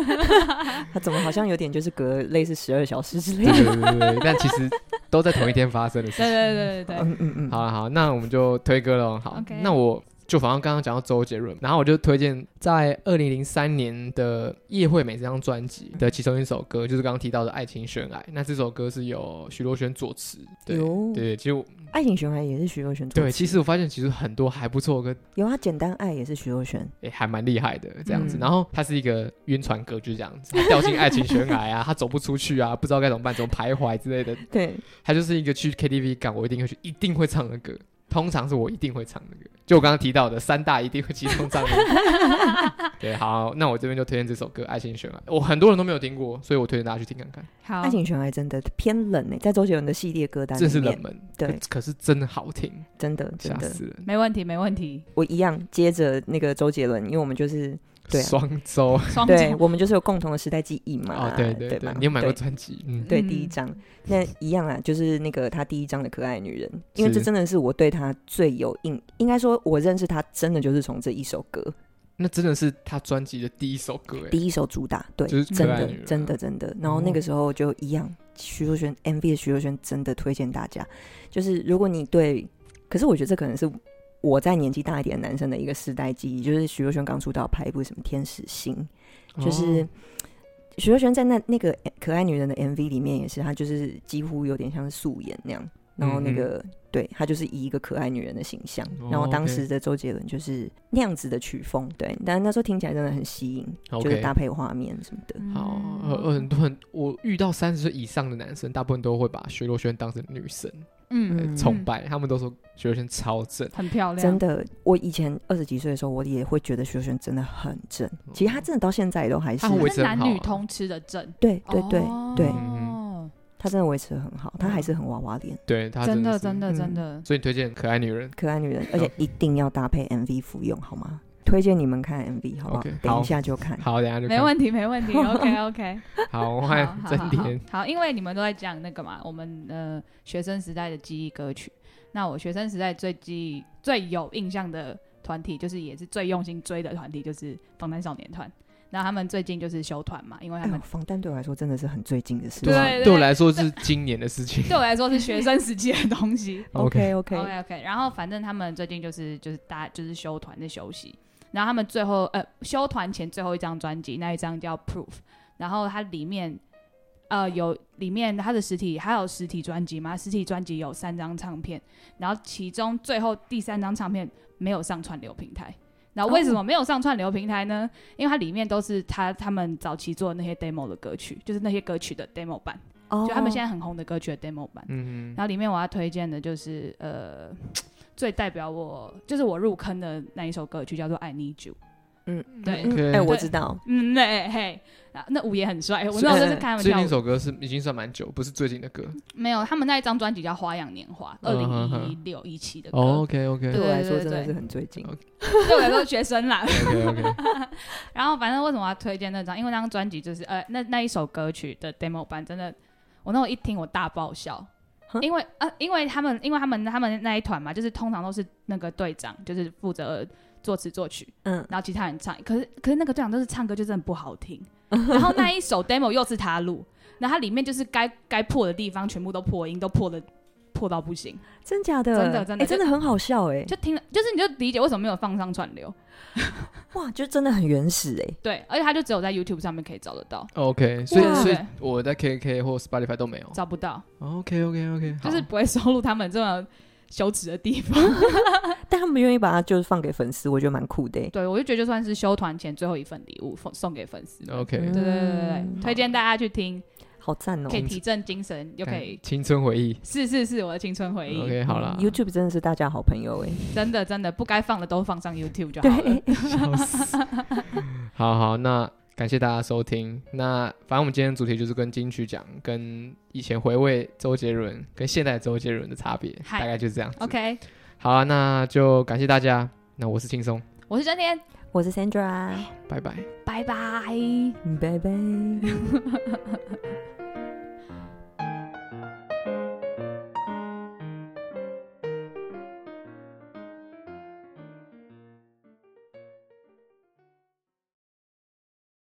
Speaker 2: 他怎么好像有点就是隔类似十二小时之类
Speaker 1: 对
Speaker 2: 的？
Speaker 1: 对对对，对但其实都在同一天发生的事
Speaker 3: 对
Speaker 1: 情。
Speaker 3: 对对对对
Speaker 2: 嗯嗯嗯，
Speaker 1: 好了好，那我们就推歌喽。好
Speaker 3: OK
Speaker 1: 那我就反正刚刚讲到周杰伦，然后我就推荐在二零零三年的叶惠美这张专辑的其中一首歌，就是刚刚提到的《爱情悬崖》。那这首歌是由徐若瑄作词，对对
Speaker 2: 有
Speaker 1: 对，其实我
Speaker 2: 爱情循环也是徐若瑄作
Speaker 1: 对，
Speaker 2: 词
Speaker 1: 其实我发现其实很多还不错的歌，
Speaker 2: 有啊，简单爱也是徐若瑄。
Speaker 1: 也还蛮厉害的这样子。
Speaker 2: 嗯
Speaker 1: 然后它是一个晕船歌，就是这样子，他掉进爱情悬崖啊，他走不出去啊，不知道该怎么办，怎么徘徊之类的。
Speaker 2: 对，
Speaker 1: 它就是一个去 KTV 干我一定会去，一定会唱的歌。通常是我一定会唱的歌，就我刚刚提到的三大一定会集中唱的 歌。对，好，那我这边就推荐这首歌《爱情悬崖》，我很多人都没有听过，所以我推荐大家去听看看，
Speaker 3: 好
Speaker 2: 爱，情循环真的偏冷呢，欸在周杰伦的系列歌单
Speaker 1: 真
Speaker 2: 里
Speaker 1: 是冷
Speaker 2: 面，
Speaker 1: 门，
Speaker 2: 对
Speaker 1: 可可是真的好听，
Speaker 2: 真的真
Speaker 1: 吓
Speaker 2: 的，
Speaker 1: 死人。
Speaker 3: 没问题没问题，
Speaker 2: 我一样接着那个周杰伦，因为我们就是对啊
Speaker 1: 双周
Speaker 3: 双
Speaker 2: 对
Speaker 3: 重
Speaker 2: 我们就是有共同的时代记忆嘛，
Speaker 1: 哦，对
Speaker 2: 对
Speaker 1: 对
Speaker 2: 吧
Speaker 1: 对，你有买过
Speaker 2: 对
Speaker 1: 专辑？嗯，
Speaker 2: 对
Speaker 3: 嗯
Speaker 2: 第一章，那一样啊，就是那个他第一章的可爱女人，
Speaker 1: 是
Speaker 2: 因为这真的是我对他最有印，应该说我认识他真的就是从这一首歌，
Speaker 1: 那真的是他专辑的第一首歌哎，
Speaker 2: 第一首主打，对，
Speaker 1: 就是
Speaker 2: 真
Speaker 1: 可爱
Speaker 2: 的
Speaker 1: 女人啊
Speaker 2: 真的真的。然后那个时候就一样，徐若瑄 MV 的徐若瑄真的推荐大家，就是如果你对，可是我觉得这可能是。我在年纪大一点的男生的一个世代记忆，就是徐若瑄刚出道拍一部什么《天使心》，就是
Speaker 1: 哦
Speaker 2: 徐若瑄在那那个可爱女人的 MV 里面也是，她就是几乎有点像是素颜那样，然后那个、对她就是以一个可爱女人的形象，
Speaker 1: 嗯哦
Speaker 2: 然后当
Speaker 1: OK
Speaker 2: 时的周杰伦就是那样子的曲风，对，但那时候听起来真的很吸引就是
Speaker 1: OK
Speaker 2: 搭。配画面什么的。
Speaker 1: 好，呃，呃很多很，我遇到三十岁以上的男生，大部分都会把徐若瑄当成女神，
Speaker 3: 嗯，
Speaker 2: 嗯
Speaker 1: 崇拜，他们都说学生超正，
Speaker 3: 很漂亮，
Speaker 2: 真的，我以前二十几岁的时候，我也会觉得徐若瑄真的很正。其实她真的到现在都还是
Speaker 1: 哦她，很维
Speaker 3: 那
Speaker 1: 持很
Speaker 3: 男
Speaker 1: 好
Speaker 3: 女
Speaker 1: 啊嗯
Speaker 3: 通吃的正，
Speaker 2: 对对对，对
Speaker 3: 哦
Speaker 2: 她真的维持的很好，她
Speaker 1: 哦
Speaker 2: 还是很娃娃脸，
Speaker 1: 对他
Speaker 3: 真的
Speaker 1: 的
Speaker 3: 真
Speaker 1: 的
Speaker 3: 的
Speaker 2: 嗯
Speaker 3: 真的
Speaker 1: 是，，所以你推荐可爱女人。
Speaker 2: 可爱女人，而且一定要搭配 MV 服用，好吗？推荐你们看 MV 好不好
Speaker 1: OK，？
Speaker 2: 等
Speaker 1: 好
Speaker 2: 一下就看。
Speaker 1: 好，等一下就
Speaker 3: 没
Speaker 1: 看
Speaker 3: 问题没 问题，OK OK，
Speaker 1: 好，我
Speaker 3: 好
Speaker 1: 看
Speaker 3: 好
Speaker 1: 真
Speaker 3: 好
Speaker 1: 点。
Speaker 3: 好，因为你们都在讲那个嘛，我们呃学生时代的记忆歌曲，那我学生时代最记忆最有印象的团体，就是也是最用心追的团体，就是防弹少年团。那他们最近就是休团嘛，因为他
Speaker 2: 哎
Speaker 3: 们
Speaker 2: 呦，防弹对我来说真的是很最近的事情。
Speaker 3: 对
Speaker 1: 啊对我来说是今年的事情。
Speaker 3: 对我来说是学生时期的东西。
Speaker 2: OK OK，
Speaker 3: OK OK，然后反正他们最近就是就是大就是休团在休息，然后他们最后呃休团前最后一张专辑那一张叫 Proof，然后它里面呃有里面它的实体还有实体专辑嘛，实体专辑有三张唱片，然后其中最后第三张唱片没有上串流平台。那为
Speaker 2: 哦
Speaker 3: 什么没有上串流平台呢？因为它里面都是他他们早期做的那些 demo 的歌曲，就是那些歌曲的 demo 版，
Speaker 2: 哦
Speaker 3: 就他们现在很红的歌曲的 demo 版。
Speaker 1: 嗯哼，
Speaker 3: 然后里面我要推荐的就是呃，最代表我就是我入坑的那一首歌曲叫做《I Need You》。
Speaker 2: 嗯，
Speaker 3: 对，
Speaker 1: OK
Speaker 2: 嗯哎，我知道，
Speaker 3: 嗯，对，嘿，啊那舞也很帅，我那时候就是看他们
Speaker 1: 最
Speaker 3: 跳
Speaker 1: 近一
Speaker 3: 舞。
Speaker 1: 首歌是已经算蛮久，不是最近的歌。
Speaker 3: 没有，他们那一张专辑叫《花样年华》，二
Speaker 1: 嗯哼
Speaker 3: 零一
Speaker 1: 哼
Speaker 3: 六一七的歌。
Speaker 1: OK OK
Speaker 2: 对我来说
Speaker 3: 对对
Speaker 2: 真的
Speaker 3: 对
Speaker 2: 是很最
Speaker 1: 哦
Speaker 2: 近。
Speaker 3: 对我来说学生啦。
Speaker 1: OK OK，
Speaker 3: 然后反正为什么要推荐那张？因为那张专辑就是呃，那那一首歌曲的 demo 版真的，我那时候一听我大爆笑，
Speaker 2: 哼
Speaker 3: 因为呃，因为他们因为他们他们那一团嘛，就是通常都是那个队长就是负责作词作曲，
Speaker 2: 嗯，
Speaker 3: 然后其他人唱，可是可是那个队长都是唱歌就真的不好听，然后那一首 demo 又是他录，然后它里面就是该该破的地方全部都破音，都破的破到不行，
Speaker 2: 真假的？
Speaker 3: 真的真的
Speaker 2: 哎真的很好笑哎，
Speaker 3: 就听了就是你就理解为什么没有放上串流，
Speaker 2: 哇，就真的很原始哎。
Speaker 3: 对，而且他就只有在 YouTube 上面可以找得到，
Speaker 1: OK，所以
Speaker 3: 哇
Speaker 1: 所以
Speaker 3: 对
Speaker 1: 我在 KK 或 Spotify 都没有。
Speaker 3: 找不到，
Speaker 1: OK OK OK，
Speaker 3: 就是不会收录他们这么羞耻的地方。
Speaker 2: 但他们愿意把它就是放给粉丝，我觉得蛮酷的欸。
Speaker 3: 对我就觉得就算是休团前最后一份礼物送送给粉丝们。
Speaker 1: OK，
Speaker 3: 对对对对对
Speaker 2: 嗯
Speaker 3: 推荐大家去听，
Speaker 2: 好赞哦
Speaker 3: 可！以提振精神，又可以
Speaker 1: 青春回忆。
Speaker 3: 是是是我的青春回忆
Speaker 1: OK，好啦
Speaker 2: 嗯，YouTube 真的是大家好朋友哎。
Speaker 3: 真的真的不该放的都放上 YouTube 就好了。
Speaker 2: 对，
Speaker 1: 笑死。好好，那感谢大家收听。那反正我们今天的主题就是跟金曲奖、跟以前回味周杰伦跟现代周杰伦的差别，
Speaker 3: 嗨
Speaker 1: 大概就是这样子。
Speaker 3: OK，
Speaker 1: 好啊，那就感谢大家。那我是轻松，
Speaker 3: 我是真天，
Speaker 2: 我是 Sandra，
Speaker 1: 拜拜。
Speaker 3: 拜拜。
Speaker 2: 拜拜。